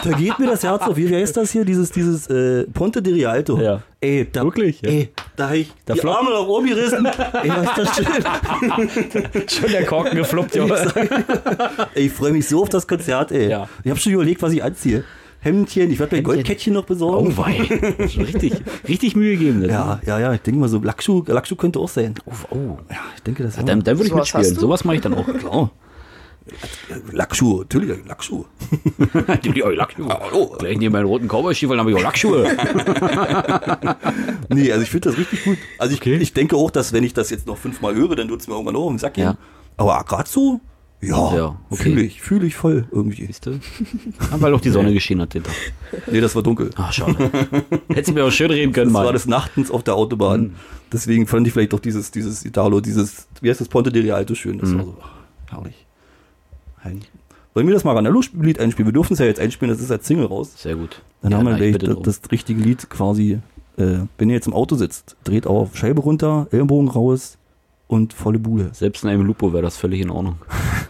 A: da geht mir das Herz auf. Wie wie heißt das hier? Dieses, dieses äh, Ponte di Rialto.
C: Ja.
A: Ey, da,
C: Wirklich, ja.
A: Ey, da habe ich
C: Da
A: die
C: flop-
A: Arme nach oben gerissen. ey, was ist das schön?
C: schon der Korken gefloppt, Junge.
A: Ey, ich freue mich so auf das Konzert, ey.
C: Ja.
A: Ich habe schon überlegt, was ich anziehe. Hemdchen, ich werde mir ein Goldkettchen noch besorgen.
C: Oh wei. Schon Richtig, richtig Mühe gegeben. das.
A: Ja, ja, ja, ich denke mal so, Lackschuh, Lackschuh könnte auch sein. Oh, Ja, ich denke, das
C: Dann, dann würde ich
E: Sowas
C: mitspielen.
E: hast du?
C: Sowas mache ich dann auch.
A: Klar. Lackschuh, natürlich, Lackschuh.
C: Nimm die eure Lackschuhe. Hallo. Gleich neben meinen roten Cowboy-Stiefeln habe ich auch Lackschuhe.
A: Nee, also ich finde das richtig gut. Also ich, ich denke auch, dass wenn ich das jetzt noch fünfmal höre, dann wird es mir irgendwann auch im Sack gehen.
C: Ja.
A: Aber gerade so, ja,
C: Ja, okay.
A: fühle ich, fühle ich voll irgendwie.
C: Siehst du? Ah, weil auch die Sonne geschienen hat den Tag.
A: Nee, das war dunkel.
C: Ach, schade. Hätte ich mir auch schön reden können,
A: Das
C: Mann.
A: war des Nachtens auf der Autobahn.
C: Hm.
A: Deswegen fand ich vielleicht doch dieses, dieses Italo, dieses, wie heißt das, Ponte di Rialto schön. Das
C: Hm.
A: war so, ach, herrlich. Ein- Wollen wir das mal Ranallo-Lied einspielen? Wir dürfen es ja jetzt einspielen, das ist als Single raus.
C: Sehr gut.
A: Dann
C: Ja,
A: haben wir
C: na, ich
A: gleich
C: bitte
A: das,
C: drum.
A: das richtige Lied quasi. Äh, wenn ihr jetzt im Auto sitzt, dreht auf, Scheibe runter, Ellenbogen raus und volle Bude.
C: Selbst in einem Lupo wäre das völlig in Ordnung.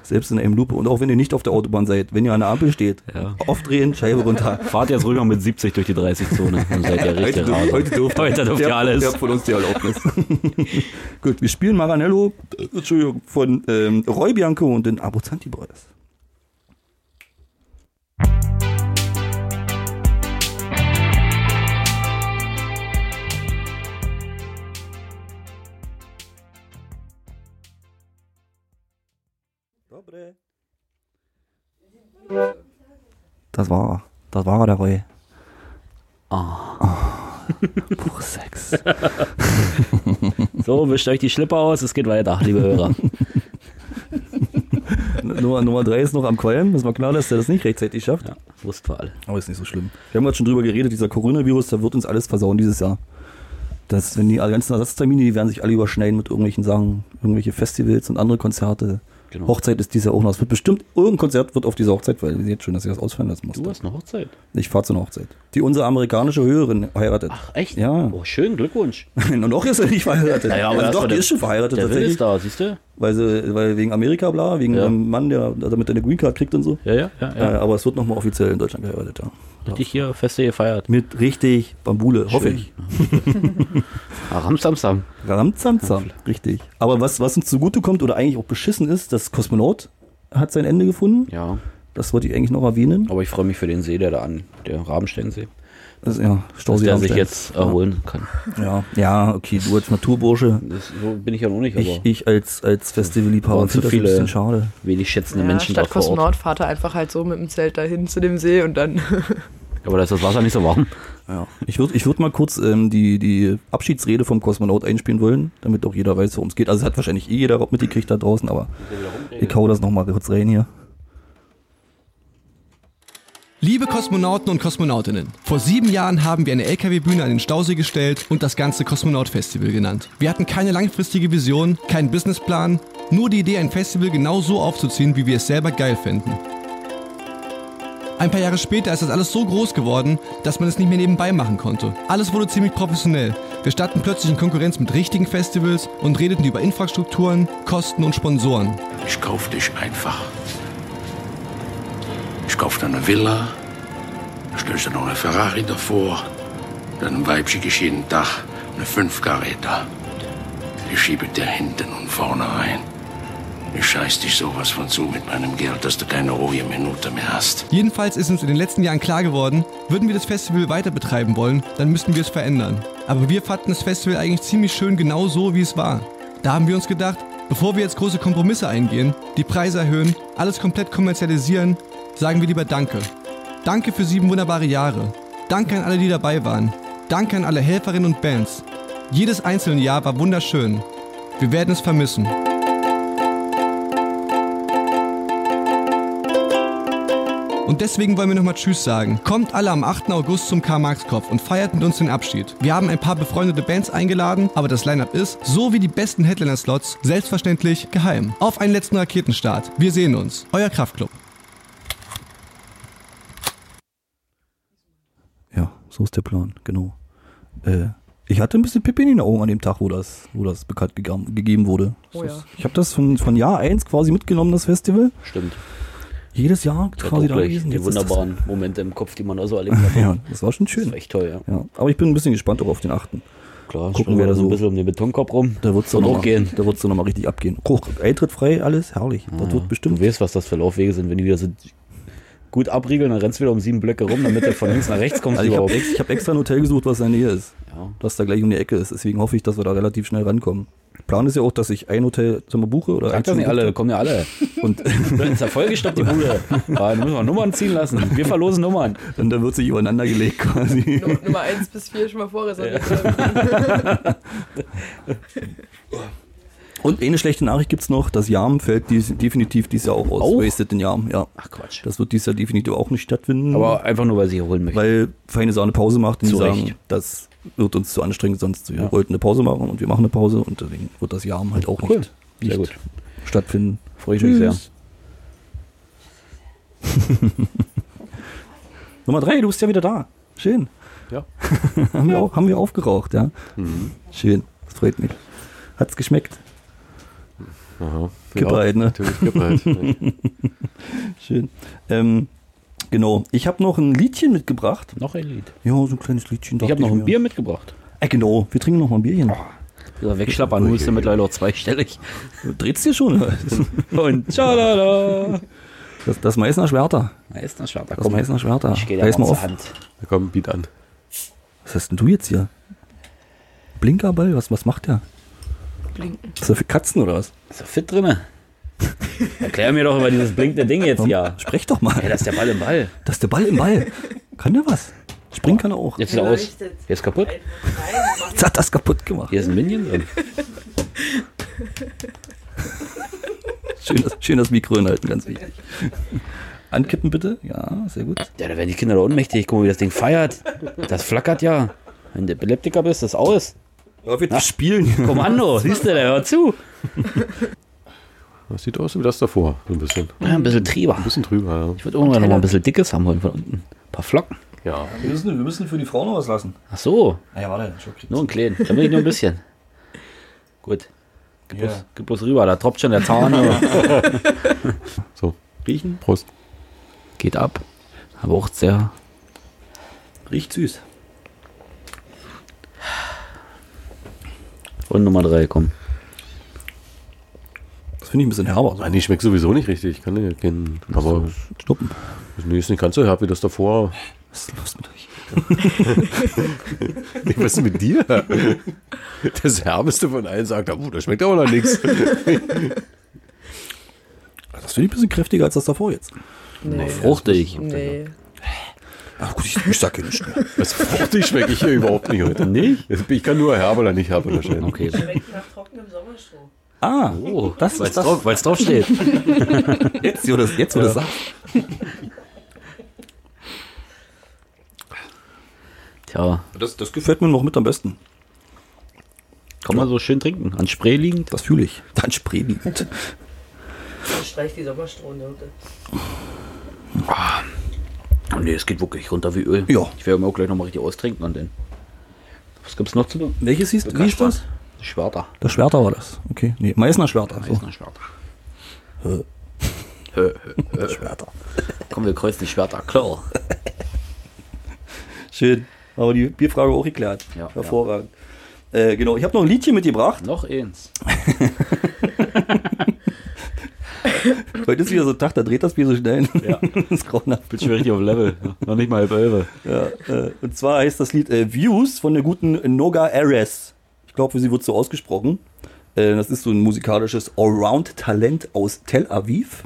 A: Selbst in einem Loop. Und auch wenn ihr nicht auf der Autobahn seid, wenn ihr an der Ampel steht,
C: Ja.
A: aufdrehen, Scheibe runter.
C: Fahrt jetzt rüber mit 70 durch die 30-Zone. Dann seid ihr richtig raus.
A: dürft,
C: Heute dürft
A: ihr
C: ihr
A: habt-
C: alles.
A: Ihr habt von uns die Erlaubnis. Gut, wir spielen Maranello, äh, Entschuldigung, von ähm, Roy Bianco und den Abruzzanti Brothers. Das war, das war der Roy. Pure Sex.
C: So, wischt euch die Schlippe aus, es geht weiter, liebe Hörer.
A: Nummer, Nummer drei ist noch am Qualm. Es war klar, dass der das nicht rechtzeitig schafft.
C: Ja, wussten wir alle.
A: Aber ist nicht so schlimm. Wir haben gerade schon drüber geredet, dieser Coronavirus, der wird uns alles versauen dieses Jahr. Das, wenn die ganzen Ersatztermine, die werden sich alle überschneiden mit irgendwelchen Sachen, irgendwelche Festivals und andere Konzerte.
C: Genau.
A: Hochzeit ist dieses Jahr auch noch. Es wird bestimmt, irgendein Konzert wird auf dieser Hochzeit, weil ihr seht schon, dass ihr das ausfallen lassen musst.
C: Du hast eine Hochzeit.
A: Ich fahre zu einer Hochzeit. Die unsere amerikanische Hörerin heiratet.
C: Ach, echt?
A: Ja.
C: Oh, schön, Glückwunsch.
A: Und noch ist sie nicht verheiratet. also doch, die ist schon verheiratet
C: Der Will
A: tatsächlich.
C: ist da, siehst du?
A: Weil, sie, weil wegen Amerika, bla, wegen
C: Ja.
A: dem Mann, der damit eine Green Card kriegt und so.
C: Ja, ja, ja. ja.
A: Äh, aber es wird nochmal offiziell in Deutschland geheiratet, ja.
C: Richtig hier feste gefeiert.
A: Mit richtig Bambule, hoffe ich.
C: Ah, Ramsamsam.
A: Ramzamzam, richtig. Aber was, was uns zugutekommt oder eigentlich auch beschissen ist, das Kosmonaut hat sein Ende gefunden.
C: Ja, Oh.
A: Das wollte ich eigentlich noch erwähnen.
C: aber ich freue mich für den See, der da an, der Rabensteinsee,
A: Das, ja,
C: dass
A: Stausee
C: der sich
A: Ramstein.
C: jetzt erholen kann.
A: Ja. ja, okay, du als Naturbursche.
C: Das, so bin ich ja noch nicht, aber
A: Ich, ich als, als Festivalliebhaber
C: Waren zu
A: finde das ein
C: viele-
A: bisschen schade.
C: wenig schätzende
E: Ja,
C: Menschen
E: statt
C: dort vor Ort.
E: Kosmonaut fahrt er einfach halt so mit dem Zelt dahin zu dem See und dann
C: aber da ist das Wasser nicht so warm.
A: Ja. Ich würde ich würd mal kurz ähm, die, die Abschiedsrede vom Kosmonaut einspielen wollen, damit auch jeder weiß, worum es geht. Also es hat wahrscheinlich eh jeder mitgekriegt da draußen, aber ich hau das nochmal kurz rein hier.
I: Liebe Kosmonauten und Kosmonautinnen, vor sieben Jahren haben wir eine LKW-Bühne an den Stausee gestellt und das ganze Kosmonaut-Festival genannt. Wir hatten keine langfristige Vision, keinen Businessplan, nur die Idee, ein Festival genau so aufzuziehen, wie wir es selber geil finden. Ein paar Jahre später ist das alles so groß geworden, dass man es nicht mehr nebenbei machen konnte. Alles wurde ziemlich professionell. Wir standen plötzlich in Konkurrenz mit richtigen Festivals und redeten über Infrastrukturen, Kosten und Sponsoren.
J: Ich kauf dich einfach. Ich kauf dir eine Villa, stellst dir noch eine Ferrari davor, deinem Weib schicke ich jeden Tag eine Fünfkaräter. Ich schiebe dir hinten und vorne ein. Ich scheiß dich sowas von zu mit meinem Geld, dass du keine ruhige Minute mehr hast.
I: Jedenfalls ist uns in den letzten Jahren klar geworden, würden wir das Festival weiter betreiben wollen, dann müssten wir es verändern. Aber wir fanden das Festival eigentlich ziemlich schön genau so, wie es war. Da haben wir uns gedacht, bevor wir jetzt große Kompromisse eingehen, die Preise erhöhen, alles komplett kommerzialisieren, sagen wir lieber Danke. Danke für sieben wunderbare Jahre. Danke an alle, die dabei waren. Danke an alle Helferinnen und Bands. Jedes einzelne Jahr war wunderschön. Wir werden es vermissen. Und deswegen wollen wir nochmal Tschüss sagen. Kommt alle am 8. August zum Karl-Marx-Kopf und feiert mit uns den Abschied. Wir haben ein paar befreundete Bands eingeladen, aber das Line-Up ist, so wie die besten Headliner-Slots, selbstverständlich geheim. Auf einen letzten Raketenstart. Wir sehen uns. Euer Kraftclub.
A: Ja, so ist der Plan, genau. Äh, ich hatte ein bisschen Pipi in den Augen an dem Tag, wo das, wo das bekannt gegam- gegeben wurde.
E: Oh
A: Das-
E: ja.
A: Ich habe das von, von Jahr 1 quasi mitgenommen, das Festival.
C: Stimmt.
A: Jedes Jahr
C: Der
A: quasi da
C: Druck,
A: gewesen.
C: die
A: Jetzt ist das-
C: wunderbaren Momente im Kopf, die man da so erlebt hat.
A: Ja, das war schon
C: Das
A: schön.
C: war echt toll, ja.
A: Ja, also aber ich bin ein bisschen gespannt auch auf den 8. Gucken
C: Klar, gucken
A: wir
C: wir
A: da
C: da so
A: so.
C: ein bisschen um den Betonkorb rum.
A: Da wird's doch
C: Wird
A: noch
C: auch
A: mal-
C: gehen.
A: Da wird's doch noch mal richtig abgehen. Hoch, Eintritt frei, alles herrlich. Das wird bestimmt.
C: Du weißt, was das für Laufwege sind, wenn die wieder so gut abriegeln, dann rennst du wieder um sieben Blöcke rum, damit du von links nach rechts kommst
A: Also ich habe
C: überhaupt.
A: ex, ich hab extra ein Hotel gesucht, was in der Nähe ist.
C: Ja.
A: Das da gleich um die Ecke ist. Deswegen hoffe ich, dass wir da relativ schnell rankommen. Plan ist ja auch, dass ich ein Hotelzimmer buche oder
C: Sag
A: eins
C: das
A: schon
C: nicht alle,
A: gebucht
C: kommen ja alle.
A: hab. und
C: Dann ist ja vollgestoppt die Bude. Ja, dann müssen wir Nummern ziehen lassen. Wir verlosen Nummern.
A: und dann wird sich übereinander gelegt quasi.
E: Nu- Nummer 1 bis 4 schon mal vorreserviert.
A: Und eine schlechte Nachricht gibt's noch, das Jam fällt dies, definitiv dieses Jahr auch aus.
C: Auch?
A: Wasted in Jam, ja.
C: Ach Quatsch.
A: Das wird dieses Jahr definitiv auch nicht stattfinden.
C: Aber einfach nur, weil sie holen möchten.
A: weil Feine Sahne Pause macht und die
C: Zu
A: sagen,
C: Recht.
A: das wird uns zu anstrengend, sonst wir
C: Ja.
A: wollten eine Pause machen und wir machen eine Pause und deswegen wird das Jahr halt auch
C: Cool.
A: nicht,
C: Sehr
A: nicht
C: gut.
A: stattfinden.
C: Freue ich mich sehr.
A: Nummer drei, du bist ja wieder da. Schön.
B: Ja.
A: haben, wir auch, haben wir aufgeraucht, ja.
C: Mhm.
A: Schön, das freut mich. Hat's geschmeckt.
B: Aha.
A: Kippe halt, ne?
B: Natürlich Kippe halt. ne?
A: Schön. Ähm, genau, ich habe noch ein Liedchen mitgebracht.
C: Noch ein Lied.
A: Ja, so ein kleines Liedchen.
C: Ich
A: dachte
C: habe noch ein
A: mir.
C: Bier mitgebracht.
A: Äh, genau, wir trinken noch mal ein Bierchen.
C: Dieser Wegschlappern ist ja mittlerweile auch zweistellig.
A: Du drehst dir schon.
C: Und tschalala.
A: Das, das Meißner Schwerter.
C: Na, ist das schade.
A: Das Meißner Schwerter.
C: Ich gehe da
A: Reiß mal
C: mal zur
A: auf.
C: Hand.
B: Da kommt ein Beat an.
A: Was hast denn du jetzt hier? Blinkerball? Was, was macht der?
E: Blinken.
A: Ist er für Katzen oder was?
C: Ist er fit drinne? Erklär mir doch über dieses blinkende Ding jetzt hier.
A: Sprech doch mal.
C: Ey, das ist der Ball im Ball.
A: Das ist der Ball im Ball. Kann der was? Springen kann er auch.
C: Jetzt sieht er aus. Der ist kaputt.
A: Jetzt hat das kaputt gemacht.
C: Hier ist ein Minion drin.
A: Schön das, schön das Mikro hinhalten, ganz wichtig. Ankippen bitte. Ja, sehr gut.
C: Ja, da werden die Kinder da ohnmächtig. Guck mal, wie das Ding feiert. Das flackert ja. Wenn du Epileptiker bist, ist aus.
A: Ja, wir spielen.
C: Kommando, siehst du, der hört zu.
B: Das sieht aus wie das davor. So ein bisschen. Ein
C: Ja, ein bisschen Trieber.
B: bisschen drüber,
C: Ich würde irgendwann noch mal ein bisschen Dickes haben wollen von unten. Ein paar Flocken.
B: ja. Ja.
A: Wir müssen, wir müssen für die Frauen noch was lassen.
C: Ach so,
A: Naja, warte. Schon
C: nur ein kleinen. Da will ich nur ein bisschen. Gut. Gib, bloß, gib bloß rüber, da tropft schon der Zahn.
B: So. Riechen. Prost.
C: Geht ab. Aber auch sehr.
A: Riecht süß.
C: Und Nummer drei, komm.
A: Das finde ich ein bisschen herber.
B: Ah, nee, schmeckt sowieso nicht richtig. Kann ich kennen. Aber
A: Schnuppen.
B: nee, ist nicht ganz so herb wie das davor.
A: Was ist los mit euch?
B: Nee, was ist mit dir? Das Herbeste von allen sagt, oh, das schmeckt aber noch nichts.
A: Das finde ich ein bisschen kräftiger als das davor jetzt.
E: Nee.
C: Fruchtig.
E: Nee.
A: Ach gut, ich, ich sag hier nicht mehr.
B: Das Fruchtig schmecke ich hier überhaupt nicht heute.
C: Nicht?
B: Ich kann nur Herbeler nicht Herbeler schmecken.
C: Okay.
K: Schmeckt nach trockenem Sommerstroh.
A: Ah,
C: Oh,
A: das
C: weil
A: ist
C: es
A: das.
C: drauf, weil's drauf steht.
A: Jetzt, wo du das, jetzt, wo du das sagst.
C: Tja,
A: Das, das gefällt mir noch mit am besten.
C: kann man so schön trinken. An Spray liegend.
A: Das fühle ich. Dann spredend.
K: Dann streicht die Sommerstrohnote.
C: Oh, nee, es geht wirklich runter wie Öl.
A: Ja.
C: Ich werde mir auch gleich nochmal richtig austrinken und dann. Was gibt's noch zu tun?
A: Welches hieß, wie ist das?
C: Schwerter.
A: Das Schwerter war das. Okay. Nee, Meißner Schwerter. So.
C: Eisner Schwerter.
A: Das Schwerter.
C: Komm, wir kreuzen die Schwerter. Klar.
A: Schön. Aber die Bierfrage auch geklärt.
C: Ja,
A: Hervorragend. Äh, genau, ich habe noch ein Liedchen mitgebracht.
C: Noch eins.
A: Heute ist wieder so ein Tag, da dreht das Bier so schnell.
C: Ja.
A: das ist grauenhaft.
C: Bin schon richtig auf Level. Ja, Noch nicht mal halb elf.
A: Ja, äh, und zwar heißt das Lied äh, Views von der guten Noga Ares. Ich glaube, sie wird so ausgesprochen. Äh, das ist so ein musikalisches Allround-Talent aus Tel Aviv.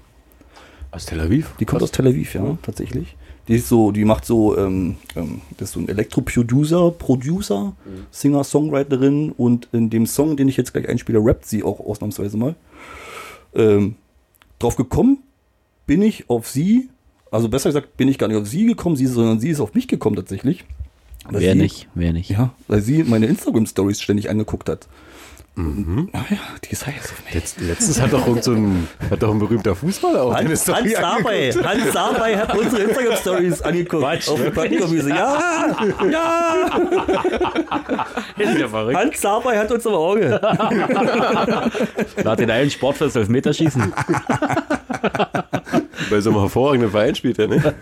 B: Aus Tel Aviv?
A: Die kommt aus Tel Aviv,
C: Mhm.
A: ja, tatsächlich. Die ist so, die macht so, ähm, ähm, das ist so ein Elektro-Producer, Producer,
C: Mhm.
A: Singer, Songwriterin und in dem Song, den ich jetzt gleich einspiele, rappt sie auch ausnahmsweise mal. Ähm, drauf gekommen bin ich auf sie, also besser gesagt, bin ich gar nicht auf sie gekommen, sie, sondern sie ist auf mich gekommen tatsächlich. Weil
C: Wer
A: sie-
C: nicht? Wer nicht?
A: Ja, weil sie meine Instagram-Stories ständig angeguckt hat. Mhm. Naja, die ist heiß auf mich.
B: Letzt, letztens hat doch, irgend so ein, hat doch ein berühmter Fußballer auch eine
A: Hans,
B: Story
A: Hans Sabay,
B: angeguckt.
A: Hans Sabay hat unsere Instagram-Stories angeguckt. auf der Partykommisse. Ja, ja,
C: Ist ja verrückt.
A: Hans Sabay hat uns im Auge.
C: Lad den einen Sport fürs Elfmeterschießen.
B: Bei so einem hervorragenden Verein spielt er, ne?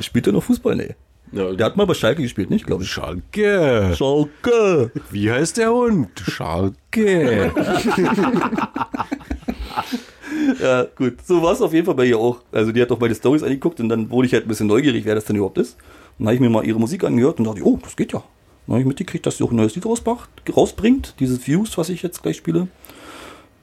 A: Spielt er noch Fußball? Nee. Der hat mal bei Schalke gespielt, nicht, glaube ich.
B: Schalke.
A: Schalke.
B: Wie heißt der Hund? Schalke.
A: Ja, gut. So war es auf jeden Fall bei ihr auch. Also die hat auch meine Stories angeguckt und dann wurde ich halt ein bisschen neugierig, wer das denn überhaupt ist. Dann habe ich mir mal ihre Musik angehört und dachte, oh, das geht ja. Dann habe ich mitgekriegt, dass sie auch ein neues Lied rausbracht, rausbringt. Dieses Views, was ich jetzt gleich spiele.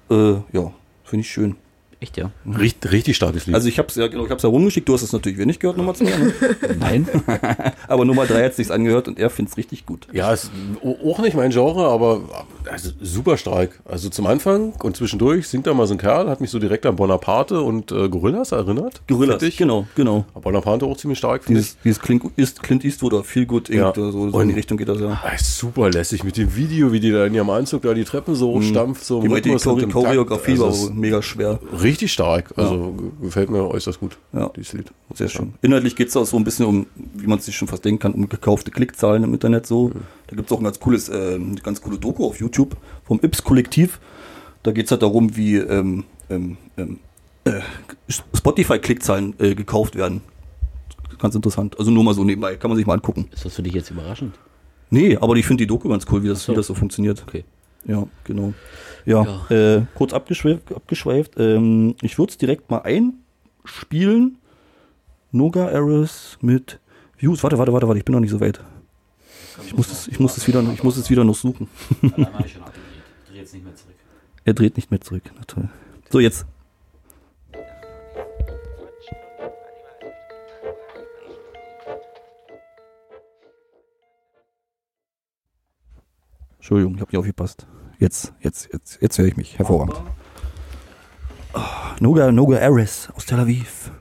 A: Äh, ja, finde ich schön.
C: Echt, ja?
B: Richtig, richtig starkes Lied.
A: Also ich habe es ja, genau, ich hab's ja rumgeschickt. Du hast es natürlich wenig gehört, Nummer 2. Ne?
C: Nein.
A: Aber Nummer 3 hat sich's angehört und er findet es richtig gut.
B: Ja, ist o- auch nicht mein Genre, aber also super stark. Also zum Anfang und zwischendurch singt da mal so ein Kerl, hat mich so direkt an Bonaparte und äh, Gorillas erinnert.
A: Gorillas,
B: Fertig.
A: genau, genau.
B: Aber Bonaparte auch ziemlich stark, finde ich.
A: Dieses, dieses Clint, ist Clint Eastwood oder Feel Good Inc.
B: Ja.
A: oder so, so
B: Und-
A: in die Richtung geht das ja.
B: Ah, ist super lässig mit dem Video, wie die da in ihrem Anzug da die Treppen so hochstampft. So im
A: Mhm. Die, die
B: Rhythmus und
A: Chore
B: im Takt.
A: Choreografie
B: Also
A: war
B: ist
A: wohl mega schwer.
B: Richtig stark. Also ge- gefällt mir äußerst gut,
A: Ja.
B: dieses Lied.
A: Sehr schön. Inhaltlich geht es auch so ein bisschen um, wie man sich schon fast denken kann, um gekaufte Klickzahlen im Internet so. Da gibt es auch ein ganz cooles, äh, eine ganz coole Doku auf YouTube vom Ips-Kollektiv. Da geht es halt darum, wie ähm, ähm, ähm, äh, Spotify-Klickzahlen äh, gekauft werden. Ganz interessant. Also nur mal so nebenbei, kann man sich mal angucken.
C: Ist das für dich jetzt überraschend?
A: Nee, aber ich finde die Doku ganz cool, wie das, wie das so funktioniert.
C: Okay.
A: Ja, genau. Ja, Äh, kurz abgeschweift. abgeschweift ähm, ich würde es direkt mal einspielen. Noga Eris mit Views. Warte, warte, warte, warte, ich bin noch nicht so weit. Ich muss es, ich muss es, wieder, ich muss es wieder noch suchen.
C: Nein, habe ich schon abgedreht. Dreh jetzt nicht mehr zurück.
A: Er dreht nicht mehr zurück. Na toll. So, jetzt. Entschuldigung, ich habe nicht aufgepasst. Jetzt, jetzt, jetzt, jetzt höre ich mich. Hervorragend. Ah, Noga, Noga Aris aus Tel Aviv.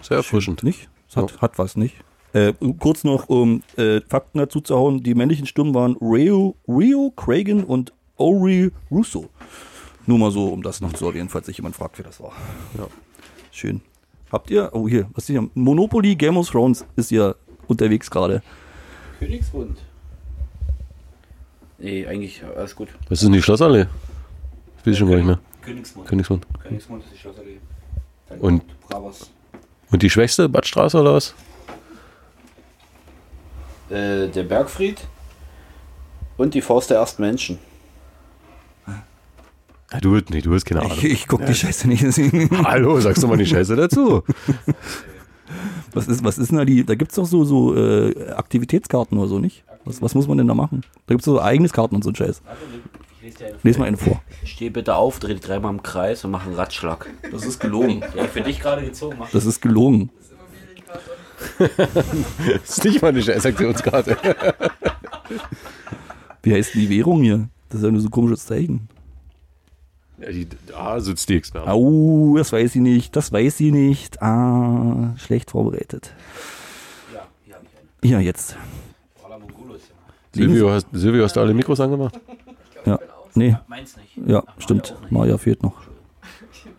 B: Sehr erfrischend.
A: Nicht? Es hat, hat was, nicht? Äh, kurz noch, um äh, Fakten dazu zu hauen. Die männlichen Stimmen waren Rio, Rio Cragen und Ori Russo. Nur mal so, um das noch zu erwähnen, falls sich jemand fragt, wer das war.
B: Ja.
A: Schön. Habt ihr, oh hier, was ist hier? Monopoly Game of Thrones ist ja unterwegs gerade.
C: Königsbund. Nee, eigentlich alles gut.
B: Was ist denn die Schlossallee? Das weiß ich schon gar nicht mehr.
C: Königsmund.
B: Königsmund.
C: Königsmund ist die Schlossallee. Dann
B: Und-
C: kommt Bravos.
B: Und die schwächste, Badstraße oder was?
C: Äh, der Bergfried. Und die Faust der ersten Menschen.
B: Ja, du, nee, du hast keine Ahnung.
A: Ich, ich guck die Scheiße nicht. deswegen-
B: Hallo, sagst du mal die Scheiße dazu.
A: Was ist, was ist denn da die? Da gibt es doch so, so äh, Aktivitätskarten oder so, nicht? Was, was muss man denn da machen? Da gibt es so Ereigniskarten und so einen Scheiß.
C: Ich lese dir eine
A: Lies mal eine vor.
C: Steh bitte auf, dreh dich dreimal im Kreis und mach einen Ratschlag.
A: Das ist gelogen.
C: Ja, für dich gerade gezogen. Mach
A: Das ist gelogen.
L: das ist nicht mal eine Scheißaktionskarte.
A: Wie heißt denn die Währung hier? Das ist ja nur so ein komisches Zeichen.
B: Ja, die, da sitzt die Experten.
A: Au, das weiß sie nicht, das weiß sie nicht. Ah, schlecht vorbereitet. Ja, jetzt.
B: Silvio, hast, Silvio, hast du alle Mikros angemacht?
A: Ja, nee.
B: Meins nicht.
A: Ja, stimmt. Maja fehlt noch.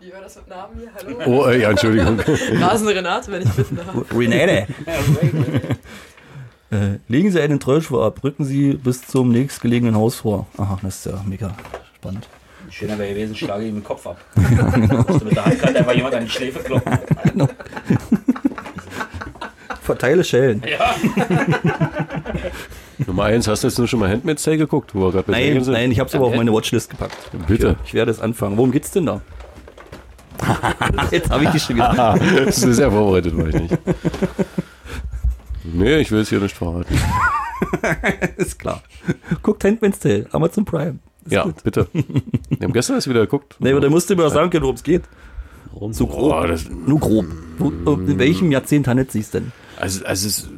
E: Wie war das mit Namen hier? Hallo?
B: Oh, äh, ja, Entschuldigung.
E: Rasen Renate, wenn ich ne? bitten darf.
A: Renate. Äh, legen Sie einen Trollschuh ab, rücken Sie bis zum nächstgelegenen Haus vor. Aha, das ist ja mega spannend.
M: Schöner wäre gewesen, schlage ihm den Kopf ab. Ja, genau. Mit der Hand gerade einfach jemand an die Schläfe kloppen.
A: Genau. Verteile Schellen.
M: Ja.
B: Nummer eins, hast du jetzt nur schon mal Handmaid's Tale geguckt? Wo wir grad bei
A: Nein,
B: Serien sind?
A: nein, ich habe es aber auf meine Watchlist gepackt.
B: Bitte.
A: Ich, ich werde es anfangen. Worum geht's denn da? Jetzt habe ich die schon
B: Ah,
A: gesagt.
B: das ist sehr vorbereitet, war ich nicht. Nee, ich will es hier nicht verraten.
A: ist klar. Guckt Handmaid's Tale, Amazon Prime. Ist
B: ja, bitte. Wir haben gestern erst wieder geguckt.
A: Nee, aber da musst du mir doch sagen können, worum es geht. So grob.
B: Boah, Oh, das-
A: Nur grob. Wo, in welchem Jahrzehnt handelt es sich denn?
B: Also, also es,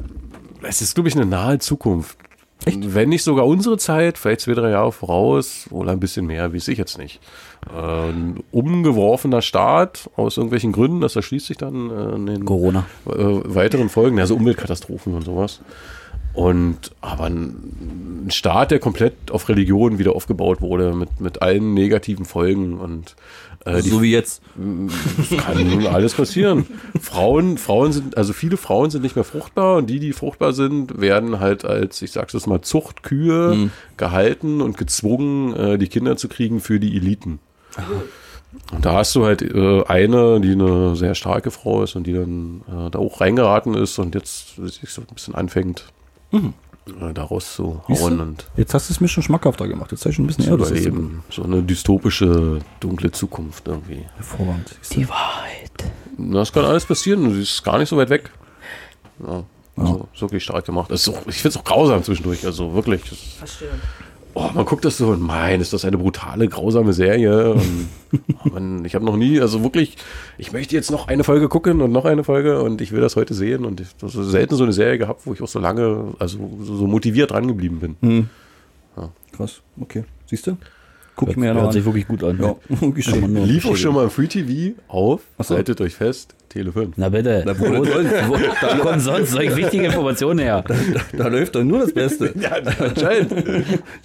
B: es ist, glaube ich, eine nahe Zukunft. Wenn nicht sogar unsere Zeit, vielleicht zwei, drei Jahre voraus oder ein bisschen mehr, weiß ich jetzt nicht. Ähm, umgeworfener Staat aus irgendwelchen Gründen, das erschließt sich dann äh, in den
C: Corona.
B: Äh, weiteren Folgen, also Umweltkatastrophen und sowas. Und aber ein, ein Staat, der komplett auf Religion wieder aufgebaut wurde, mit, mit allen negativen Folgen und äh, die-
A: so wie jetzt.
B: es kann nun alles passieren. Frauen, Frauen sind, also viele Frauen sind nicht mehr fruchtbar und die, die fruchtbar sind, werden halt als, ich sag's jetzt mal, Zuchtkühe
A: Mhm.
B: gehalten und gezwungen, äh, die Kinder zu kriegen für die Eliten. Und da hast du halt äh, eine, die eine sehr starke Frau ist und die dann äh, da auch reingeraten ist und jetzt sich so ein bisschen anfängt, äh, daraus zu
A: Mhm. Siehst
B: hauen
A: du?
B: und
A: Jetzt hast du es mir schon schmackhafter gemacht. Jetzt habe ich schon ein bisschen
B: zu
A: eher Lust, das zu
B: überleben. So eine dystopische, dunkle Zukunft irgendwie.
A: Hervorragend.
E: Die Wahrheit.
B: Das kann alles passieren. Sie ist gar nicht so weit weg. Ja, also, ist wirklich stark gemacht. Das ist auch, ich finde es auch grausam zwischendurch. Also wirklich. Das,
E: Verstörend.
B: oh, man guckt das so und mein, ist das eine brutale, grausame Serie. Und, oh Mann, ich habe noch nie, also wirklich, ich möchte jetzt noch eine Folge gucken und noch eine Folge und ich will das heute sehen. Und ich habe selten so eine Serie gehabt, wo ich auch so lange, also so, so motiviert dran geblieben bin.
A: Hm.
B: Ja.
A: Krass, okay. Siehst du? Guck
C: Hört-
A: ich mir ja noch
C: hört
A: an.
C: sich wirklich gut an.
A: Ja, wirklich
C: Kann man
A: schön.
C: nur
B: Lief auch
C: bestätigen.
B: schon mal im Free TV auf,
A: so.
B: haltet euch fest, Tele 5.
C: Na bitte.
A: Na,
C: wo,
A: wo-
C: wo, wo kommen sonst solche wichtige Informationen her?
A: Da läuft doch nur das Beste.
B: Ja, anscheinend.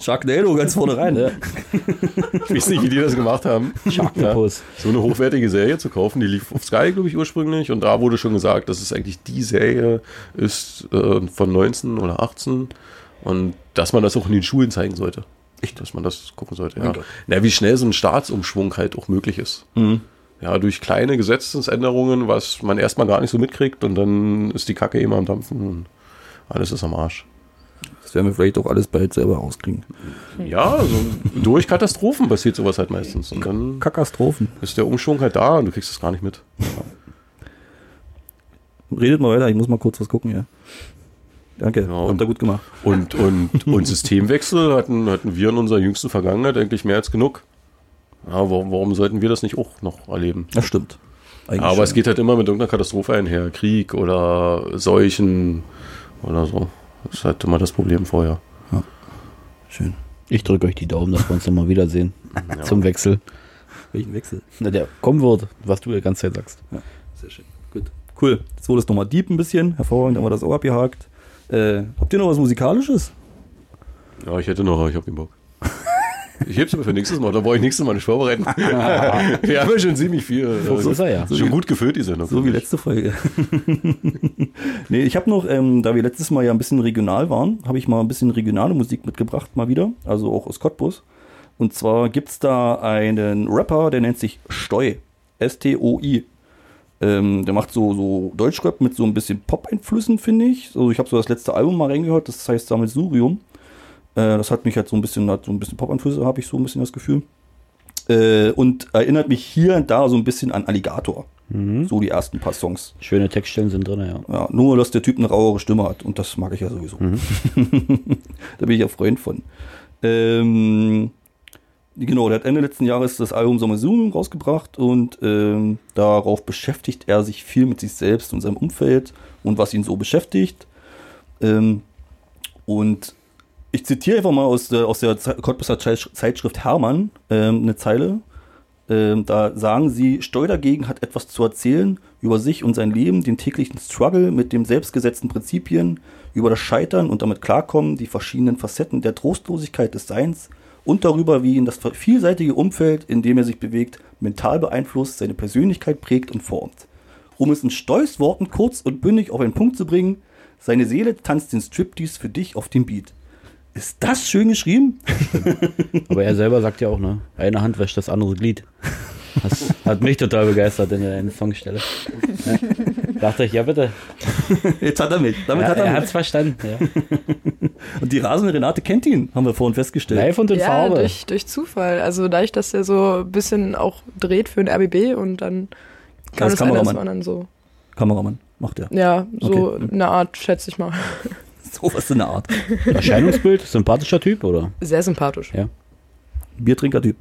A: Sharknado ganz vorne rein.
B: Ich weiß nicht, wie die das gemacht haben.
C: Sharktopus.
B: So eine hochwertige Serie zu kaufen, die lief auf Sky, glaube ich, ursprünglich. Und da wurde schon gesagt, dass es eigentlich die Serie ist äh, von 19 oder 18. Und dass man das auch in den Schulen zeigen sollte. Echt? Dass man das gucken sollte, ja.
A: Mein Gott.
B: Na, wie schnell so ein Staatsumschwung halt auch möglich ist.
A: Mhm.
B: Ja, durch kleine Gesetzesänderungen, was man erstmal gar nicht so mitkriegt und dann ist die Kacke immer am Dampfen und alles ist am Arsch.
A: Das werden wir vielleicht auch alles bald selber rauskriegen. Hm.
B: Ja, so durch Katastrophen passiert sowas halt meistens. Und dann
A: Katastrophen.
B: ist der Umschwung halt da und du kriegst es gar nicht mit.
A: Redet mal weiter, ich muss mal kurz was gucken, ja. Danke, habt ihr gut gemacht.
B: Und, und, und Systemwechsel hatten, hatten wir in unserer jüngsten Vergangenheit eigentlich mehr als genug. Ja, warum, warum sollten wir das nicht auch noch erleben?
A: Das stimmt. Eigentlich
B: Aber
A: schon,
B: es
A: ja.
B: geht halt immer mit irgendeiner Katastrophe einher. Krieg oder Seuchen oder so. Das ist halt immer das Problem vorher.
A: Schön.
C: Ich drücke euch die Daumen, dass wir uns nochmal wiedersehen. Zum Wechsel.
A: Welchen Wechsel?
C: Na, der kommen wird, was du die ganze Zeit sagst.
A: Sehr schön. Gut. Cool. Jetzt wurde es nochmal deep ein bisschen. Hervorragend, haben wir das auch abgehakt. Äh, habt ihr noch was Musikalisches?
B: Ja, ich hätte noch, aber ich hab den Bock. Ich heb's mir für nächstes Mal, da brauche ich nächstes Mal nicht vorbereiten. Wir haben ja schon ziemlich viel.
C: So ist er ja.
B: Schon gut gefüllt, die Sendung.
A: So wie letzte Folge. nee, ich habe noch, ähm, da wir letztes Mal ja ein bisschen regional waren, habe ich mal ein bisschen regionale Musik mitgebracht, mal wieder. Also auch aus Cottbus. Und zwar gibt es da einen Rapper, der nennt sich Stoi. S-T-O-I. Ähm, der macht so, so Deutschrap mit so ein bisschen Pop-Einflüssen, finde ich. Also ich habe so das letzte Album mal reingehört, das heißt damit Surium. Äh, das hat mich halt so ein bisschen, hat so ein bisschen Pop-Einflüsse, habe ich so ein bisschen das Gefühl. Äh, und erinnert mich hier und da so ein bisschen an Alligator. So die ersten paar Songs.
C: Schöne Textstellen sind drin, ja.
A: Ja, nur, dass der Typ eine rauere Stimme hat. Und das mag ich ja sowieso. da bin ich ja Freund von. Ähm, Genau, der hat Ende letzten Jahres das Album Sommer Zoom rausgebracht und ähm, darauf beschäftigt er sich viel mit sich selbst und seinem Umfeld und was ihn so beschäftigt. Ähm, und ich zitiere einfach mal aus der, aus der Ze- Cottbusser Zeitsch- Zeitschrift Hermann ähm, eine Zeile. Ähm, da sagen sie, Steu dagegen hat etwas zu erzählen über sich und sein Leben, den täglichen Struggle mit dem selbstgesetzten Prinzipien, über das Scheitern und damit Klarkommen, die verschiedenen Facetten der Trostlosigkeit des Seins und darüber, wie ihn das vielseitige Umfeld, in dem er sich bewegt, mental beeinflusst, seine Persönlichkeit prägt und formt. Um es in Steus Worten kurz und bündig auf einen Punkt zu bringen, seine Seele tanzt den Striptease für dich auf dem Beat. Ist das schön geschrieben?
C: Aber er selber sagt ja auch, ne? Eine Hand wäscht das andere Glied. Das hat mich total begeistert in der einen Songstelle. Ja. Dachte ich, ja bitte.
A: Jetzt hat er mich. Damit
C: ja,
A: hat er
C: er
A: mich.
C: hat's verstanden. Ja.
A: Und die rasende Renate kennt ihn, haben wir vorhin festgestellt.
C: Live und in
E: ja,
C: Farbe.
E: Durch, durch Zufall. Also dadurch, dass der so ein bisschen auch dreht für den RBB und dann kam
A: Als
E: das eine zum
A: Kameramann.
E: anderen so.
A: Kameramann macht er.
E: Ja, so
A: Okay.
E: eine Art, schätze ich mal.
A: So was in der Art.
C: Erscheinungsbild, sympathischer Typ, oder?
E: Sehr sympathisch.
C: Ja.
A: Biertrinkertyp.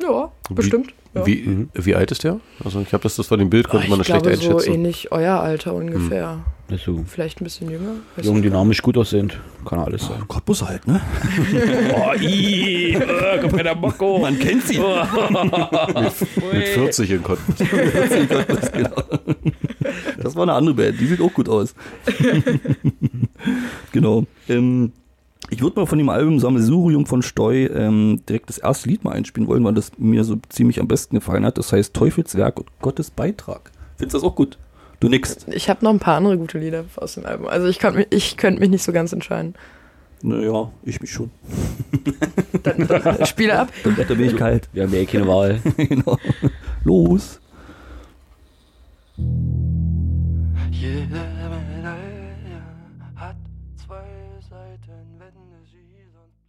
E: Ja, bestimmt. Ja.
B: Wie, wie alt ist der? Also ich habe das, das von dem Bild, konnte man
E: Ah, ich
B: das schlecht
E: glaube, so
B: einschätzen. Hm.
E: ähnlich euer Alter ungefähr.
C: Ist so
E: Vielleicht ein bisschen jünger. weiß
C: jung,
E: ich nicht.
C: dynamisch, gut aussehend. Kann alles sein.
A: Cottbus halt, ne?
C: oh, ii, äh, komm her, der Mokko.
A: Man kennt sie.
B: Mit 40 in Cottbus.
A: Genau. Das war eine andere Band, die sieht auch gut aus. genau. Ähm, ich würde mal von dem Album Sammelsurium von Steu ähm, direkt das erste Lied mal einspielen wollen, weil das mir so ziemlich am besten gefallen hat. Das heißt Teufelswerk und Gottes Beitrag. Findest du das auch gut? Du nix.
E: Ich habe noch ein paar andere gute Lieder aus dem Album. Also ich, kann mich, ich könnte mich nicht so ganz entscheiden.
A: Naja, ich mich schon.
E: Spiele ab.
A: Dann da bin ich kalt.
C: Wir haben ja eh keine Wahl.
A: genau. Los.
N: Jede Medaille hat zwei Seiten, wenn sie sonst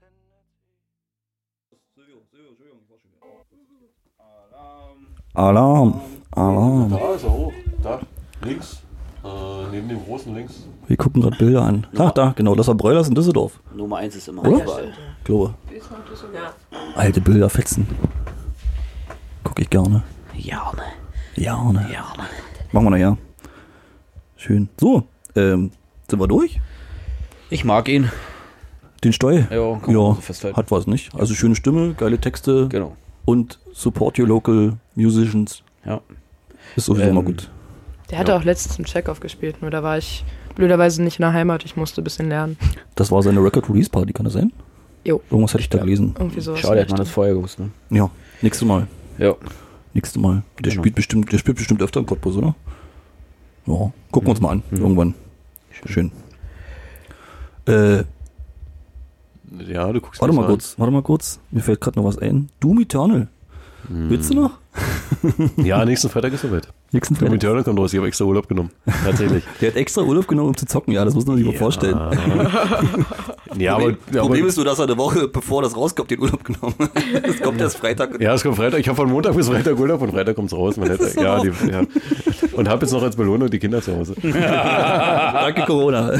A: Alarm. Alarm.
B: Da ist er hoch. Da, links. Äh, neben dem großen links.
A: Wir gucken gerade Bilder an. Ach, da, genau. Das war Broilers in Düsseldorf.
C: Nummer eins ist immer
A: Oder?
C: überall.
A: Glaube.
K: Ja.
A: Alte Bilder fetzen. Guck ich gerne.
C: Ja, ne?
A: Ja, ne? Machen wir nachher. Schön. So, ähm, sind wir durch?
C: Ich mag ihn.
A: Den Steu?
C: Ja, kann man
A: ja
C: so festhalten.
A: hat was, nicht? Also schöne Stimme, geile Texte.
C: Genau.
A: Und support your local musicians.
C: Ja.
A: Ist sowieso
C: Ähm,
A: immer gut.
E: Der hatte auch letztens einen Check-off gespielt, nur da war ich blöderweise nicht in der Heimat. Ich musste ein bisschen lernen.
A: Das war seine Record Release Party, kann das sein?
E: Jo.
A: Irgendwas hatte ich da gelesen.
C: Oh.
E: Irgendwie sowas.
C: Schade, hätte man das vorher gewusst, ne?
A: Ja, nächstes Mal.
C: Ja.
A: Nächstes Mal. Der
C: Genau.
A: spielt bestimmt, der spielt bestimmt öfter im Cottbus, oder? Ja. Gucken wir uns mal an. Irgendwann. Schön. Äh,
B: Ja, du guckst
A: warte
B: mich
A: mal
B: an.
A: kurz, warte mal kurz. Mir fällt gerade noch was ein. Doom Eternal. Willst du noch?
B: Ja, nächsten Freitag ist soweit.
A: Nächsten
B: Doom
A: Freitag.
B: Eternal kommt raus. Ich habe extra Urlaub genommen. Tatsächlich.
A: Der hat extra Urlaub genommen, um zu zocken. Ja, das muss man sich mal vorstellen.
B: Ja, aber,
A: Problem,
B: ja, aber
A: Problem ist nur, dass er eine Woche bevor das rauskommt, den Urlaub genommen hat. Das kommt erst Freitag.
B: Ja, es kommt Freitag. Ich habe von Montag bis Freitag Urlaub und Freitag kommt's raus. Man hätte, ja, die, ja. Und habe jetzt noch als Belohnung die Kinder zu Hause.
A: Danke, Corona.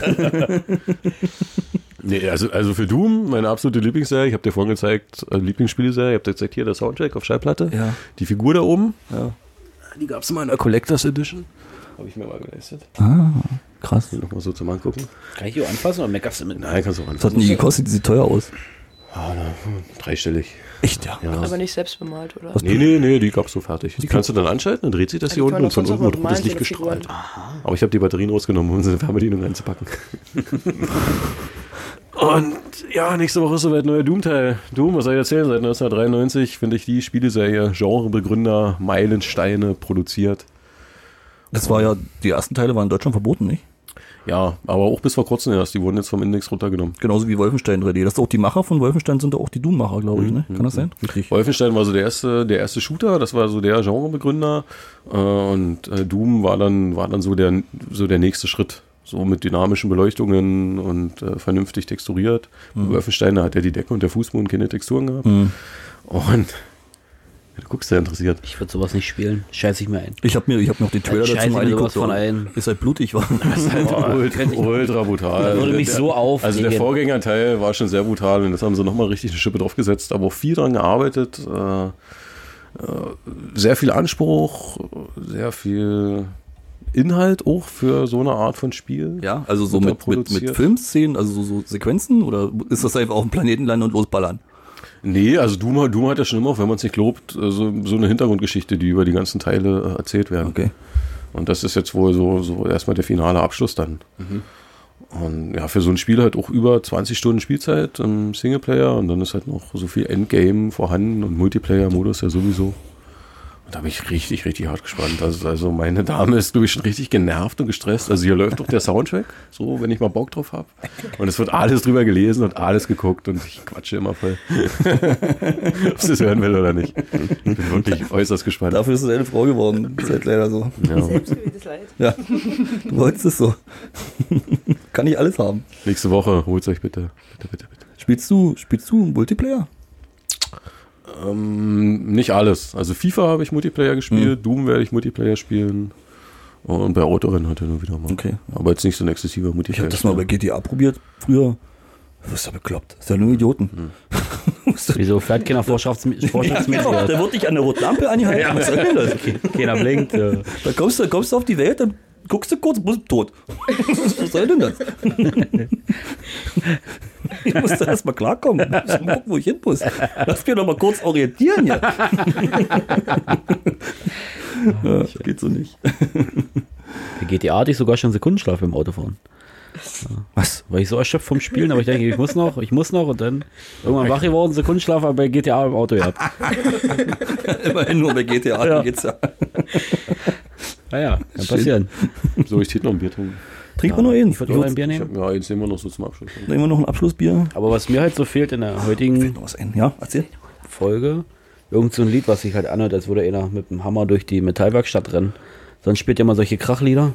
B: Nee, also, also für Doom, meine absolute Lieblingsserie. Ich habe dir vorhin gezeigt, äh, Lieblingsspieleserie. Ich habe dir gezeigt, hier der Soundtrack auf Schallplatte.
A: Ja.
B: Die Figur da oben.
A: Ja.
B: Die gab's mal in der Collectors Edition. Habe ich mir mal geleistet.
A: Ah, krass.
B: Nochmal so zum Angucken.
C: Kann ich hier anfassen oder meckerst du mit?
B: Nein, kannst du auch
A: Das hat
B: anfassen.
A: nie gekostet, die sieht teuer aus.
B: Ah, na, hm, dreistellig.
A: Echt, ja.
B: Ja.
E: Aber nicht selbst bemalt, oder?
B: Nee, nee, nee, die gab's so fertig. Die kannst du dann anschalten, dann dreht sich das
E: Ja, die
B: hier unten
E: können
B: und von
E: doch sonst
B: unten wird
E: auch
B: rotes
E: bemalen,
B: Licht
E: so eine Figur.
B: gestrahlt. Aber ich habe die Batterien rausgenommen, um sie in die Fernbedienung reinzupacken. und ja, nächste Woche ist soweit neuer Doom-Teil. Doom, was soll ich erzählen? Seit 1993 finde ich die Spieleserie Genrebegründer, Meilensteine produziert.
A: Das war ja, die ersten Teile waren in Deutschland verboten, nicht?
B: Ja, aber auch bis vor kurzem erst. Die wurden jetzt vom Index runtergenommen.
A: Genauso wie Wolfenstein 3D. Das sind auch die Macher von Wolfenstein, sind doch auch die Doom-Macher, glaube ich, ne?
C: Mhm.
A: Kann das sein? Richtig.
B: Wolfenstein war so der erste, der erste Shooter, das war so der Genrebegründer äh, und äh, Doom war dann, war dann so, der, so der nächste Schritt. So mit dynamischen Beleuchtungen und äh, vernünftig texturiert. Bei Wolfenstein da hat ja die Decke und der Fußboden keine Texturen gehabt. Und du guckst ja interessiert.
C: Ich würde sowas nicht spielen. Scheiße ich mir ein.
A: Ich habe mir, ich hab mir auch den Trailer
C: Scheiße
A: dazu mal
C: ich mir sowas
A: angeguckt. so.
C: von ein.
A: Ist halt blutig, war.
B: Das ist halt
C: Boah,
B: ultra,
C: könnte ich-
B: ultra brutal.
C: Das würde mich
B: Der-
C: so aufregen.
B: Also der Vorgängerteil war schon sehr brutal und das haben sie nochmal richtig eine Schippe draufgesetzt, aber auch viel dran gearbeitet. Äh, äh, sehr viel Anspruch, sehr viel Inhalt auch für so eine Art von Spiel.
A: Ja, also so
B: Wird da
A: mit, mit, mit
B: produziert.
A: Filmszenen, also so, so Sequenzen oder ist das einfach auf dem Planeten landen und losballern?
B: Nee, also Doom, Doom hat ja schon immer, auch wenn man es nicht lobt, äh, so, so eine Hintergrundgeschichte, die über die ganzen Teile äh, erzählt werden.
A: Okay.
B: Und das ist jetzt wohl so, so erstmal der finale Abschluss dann. Und ja, für so ein Spiel halt auch über 20 Stunden Spielzeit im Singleplayer und dann ist halt noch so viel Endgame vorhanden und Multiplayer-Modus ja sowieso. Und da bin ich richtig, richtig hart gespannt. Also, also meine Dame ist, glaube ich, schon richtig genervt und gestresst. Also hier läuft doch der Soundtrack, so, wenn ich mal Bock drauf habe. Und es wird alles drüber gelesen und alles geguckt und ich quatsche immer voll. Ob sie es hören will oder nicht. Ich bin wirklich äußerst gespannt.
A: Dafür ist es eine Frau geworden. Ist halt leider so.
B: Ja.
K: Selbstgewähltes Leid.
A: Ja. Du wolltest es so. Kann ich alles haben.
B: Nächste Woche holt's euch bitte. Bitte, bitte, bitte.
A: Spielst du, spielst du Multiplayer?
B: Ähm, nicht alles. Also FIFA habe ich Multiplayer gespielt,
A: Mhm.
B: Doom werde ich Multiplayer spielen. Und bei Autorennen halt nur wieder mal.
A: Okay.
B: Aber jetzt nicht so ein exzessiver
A: Ich
B: Multiplayer.
A: habe das mal bei GTA probiert früher. Du bist ja bekloppt. Das sind ja nur
C: Hm.
A: Idioten.
C: Wieso fährt keiner Vorschriftsmäßig?
A: genau, da wird dich an der roten Ampel angehalten.
C: Ja.
A: Was soll denn das?
B: genau.
C: keiner blinkt. äh.
A: Da kommst du, kommst du auf die Welt, dann guckst du kurz, bist tot. Was soll denn das? Ich muss da erstmal klarkommen. Ich muss mal gucken, wo ich hin muss. Lass mich doch mal kurz orientieren hier. ja, geht so nicht.
C: Bei GTA hatte ich sogar schon Sekundenschlaf beim Autofahren.
A: Was?
C: War ich so erschöpft vom Spielen, aber ich denke, ich muss noch, ich muss noch und dann irgendwann wach geworden, Sekundenschlaf aber bei GTA im Auto gehabt.
A: Immerhin nur bei GTA
C: Ja.
A: geht's ja.
C: Naja, Ah kann
B: Schön.
C: passieren.
B: so, ich tät noch ein Bier trinken.
A: Trinken wir nur einen.
C: Ich würde auch ein Bier
B: Ich
C: nehmen.
B: hab, ja, jetzt nehmen wir noch so zum Abschluss.
A: Nehmen wir noch ein Abschlussbier?
C: Aber was mir halt so fehlt in der heutigen
A: Was ein? Ja, erzähl.
C: Folge, irgend so ein Lied, was sich halt anhört, als würde einer mit dem Hammer durch die Metallwerkstatt rennen. Sonst spielt ihr mal solche Krachlieder.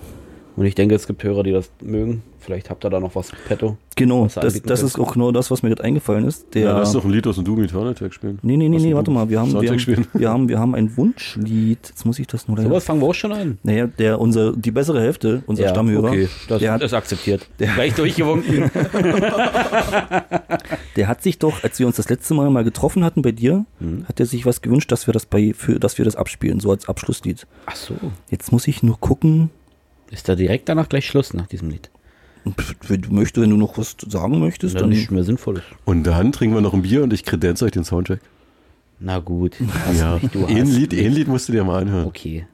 C: Und ich denke, es gibt Hörer, die das mögen. Vielleicht habt ihr da noch was petto.
A: Genau,
C: Was er
A: das,
C: anbieten
A: das
C: könnt.
A: ist auch genau das, was mir gerade eingefallen ist. Der,
B: Ja, lass doch ein Lied aus dem Doom Eternal Tag spielen.
A: nee, nee, nee,
B: Aus dem
A: nee, warte
B: Doom
A: mal. Wir haben, wir,
B: Soundtrack spielen.
A: haben, wir, haben, wir haben ein Wunschlied. Jetzt muss ich das nur leider
C: Sowas fangen wir auch schon an.
A: Naja, der, unser, die bessere Hälfte, unser Stammhörer,
C: okay, das,
A: der, hat,
C: das akzeptiert. Gleich durchgewunken.
A: der hat sich doch, als wir uns das letzte Mal mal getroffen hatten bei dir,
C: Mhm.
A: hat er sich was gewünscht, dass wir das bei, für, dass wir das abspielen, so als Abschlusslied.
C: Ach so.
A: Jetzt muss ich nur gucken,
C: Ist da direkt danach gleich Schluss nach diesem Lied?
A: pf, wenn du möchtest, wenn du noch was sagen möchtest,
C: Ist
A: dann,
C: dann nicht mehr sinnvoll.
B: Und dann trinken wir noch ein Bier und ich kredenze euch den Soundtrack.
C: Na gut. Hast
B: Ja.
C: mich, du
A: Ah,
B: Ein
C: hast
B: Lied, ein Lied musst du dir mal anhören.
C: Okay.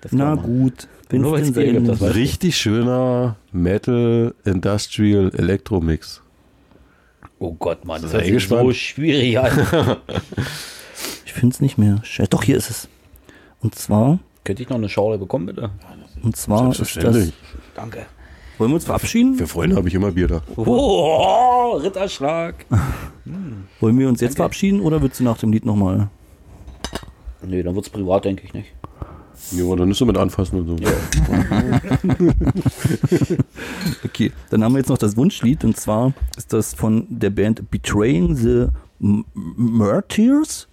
C: Das kann
A: na
C: man machen.
A: gut, wenn es
C: Nur weil's
A: denn
C: Bier
A: sein
C: gibt, das
A: muss.
C: weiß ich.
B: Richtig schöner Metal Industrial Electromix.
C: Oh Gott, Mann, das
B: Sei
C: ist gespannt. so
B: gespannt.
C: schwierig. an.
A: Ich finde es nicht mehr. Scheiße, doch, hier ist es. Und zwar,
C: Könnte ich noch eine Schorle bekommen, bitte?
A: und zwar ist das.
B: Selbstverständlich.
C: Danke.
A: Wollen wir uns verabschieden?
B: Für Freunde habe ich immer Bier da.
C: Oh, Ritterschlag.
A: Wollen wir uns jetzt verabschieden oder willst du nach dem Lied nochmal?
C: Nee, dann wird's privat, denke ich nicht.
B: Ja, aber dann ist so mit anfassen und so.
A: Okay, dann haben wir jetzt noch das Wunschlied und zwar ist das von der Band Betraying the M- M- Martyrs.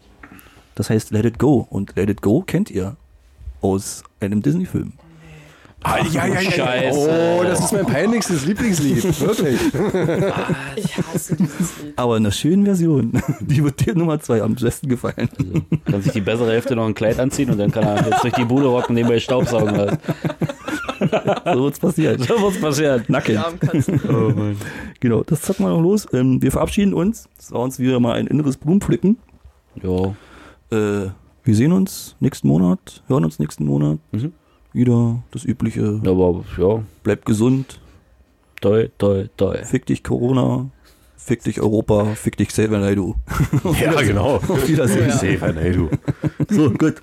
A: Das heißt Let It Go und Let It Go kennt ihr aus einem Disney-Film.
L: Ah, ja, ja, ja, ja.
C: Scheiße.
L: Oh, das ist mein peinlichstes Lieblingslied. Wirklich.
K: Ich hasse dieses Lied.
A: Aber in einer schönen Version. Die wird dir Nummer 2 am besten gefallen.
C: Kann sich die bessere Hälfte noch ein Kleid anziehen und dann kann er jetzt durch die Bude rocken, nebenbei Staubsaugen lassen.
A: So wird's passiert.
C: So wird's passieren.
A: Nackig.
K: Die armen Katzen.
L: Oh
A: Genau, das zacken wir noch los. Ähm, wir verabschieden uns. Das war uns wieder mal ein inneres Blumenpflücken.
C: Jo.
A: Äh, wir sehen uns nächsten Monat, hören uns nächsten Monat.
C: Mhm.
A: Wieder das Übliche.
C: Aber, ja.
A: Bleibt gesund.
C: Toi, toi, toi.
A: Fick dich Corona, fick dich Europa, fick dich selber, Naidu.
B: Ja, genau.
A: Auf Wiedersehen.
B: Safe, hey, du.
A: So, gut.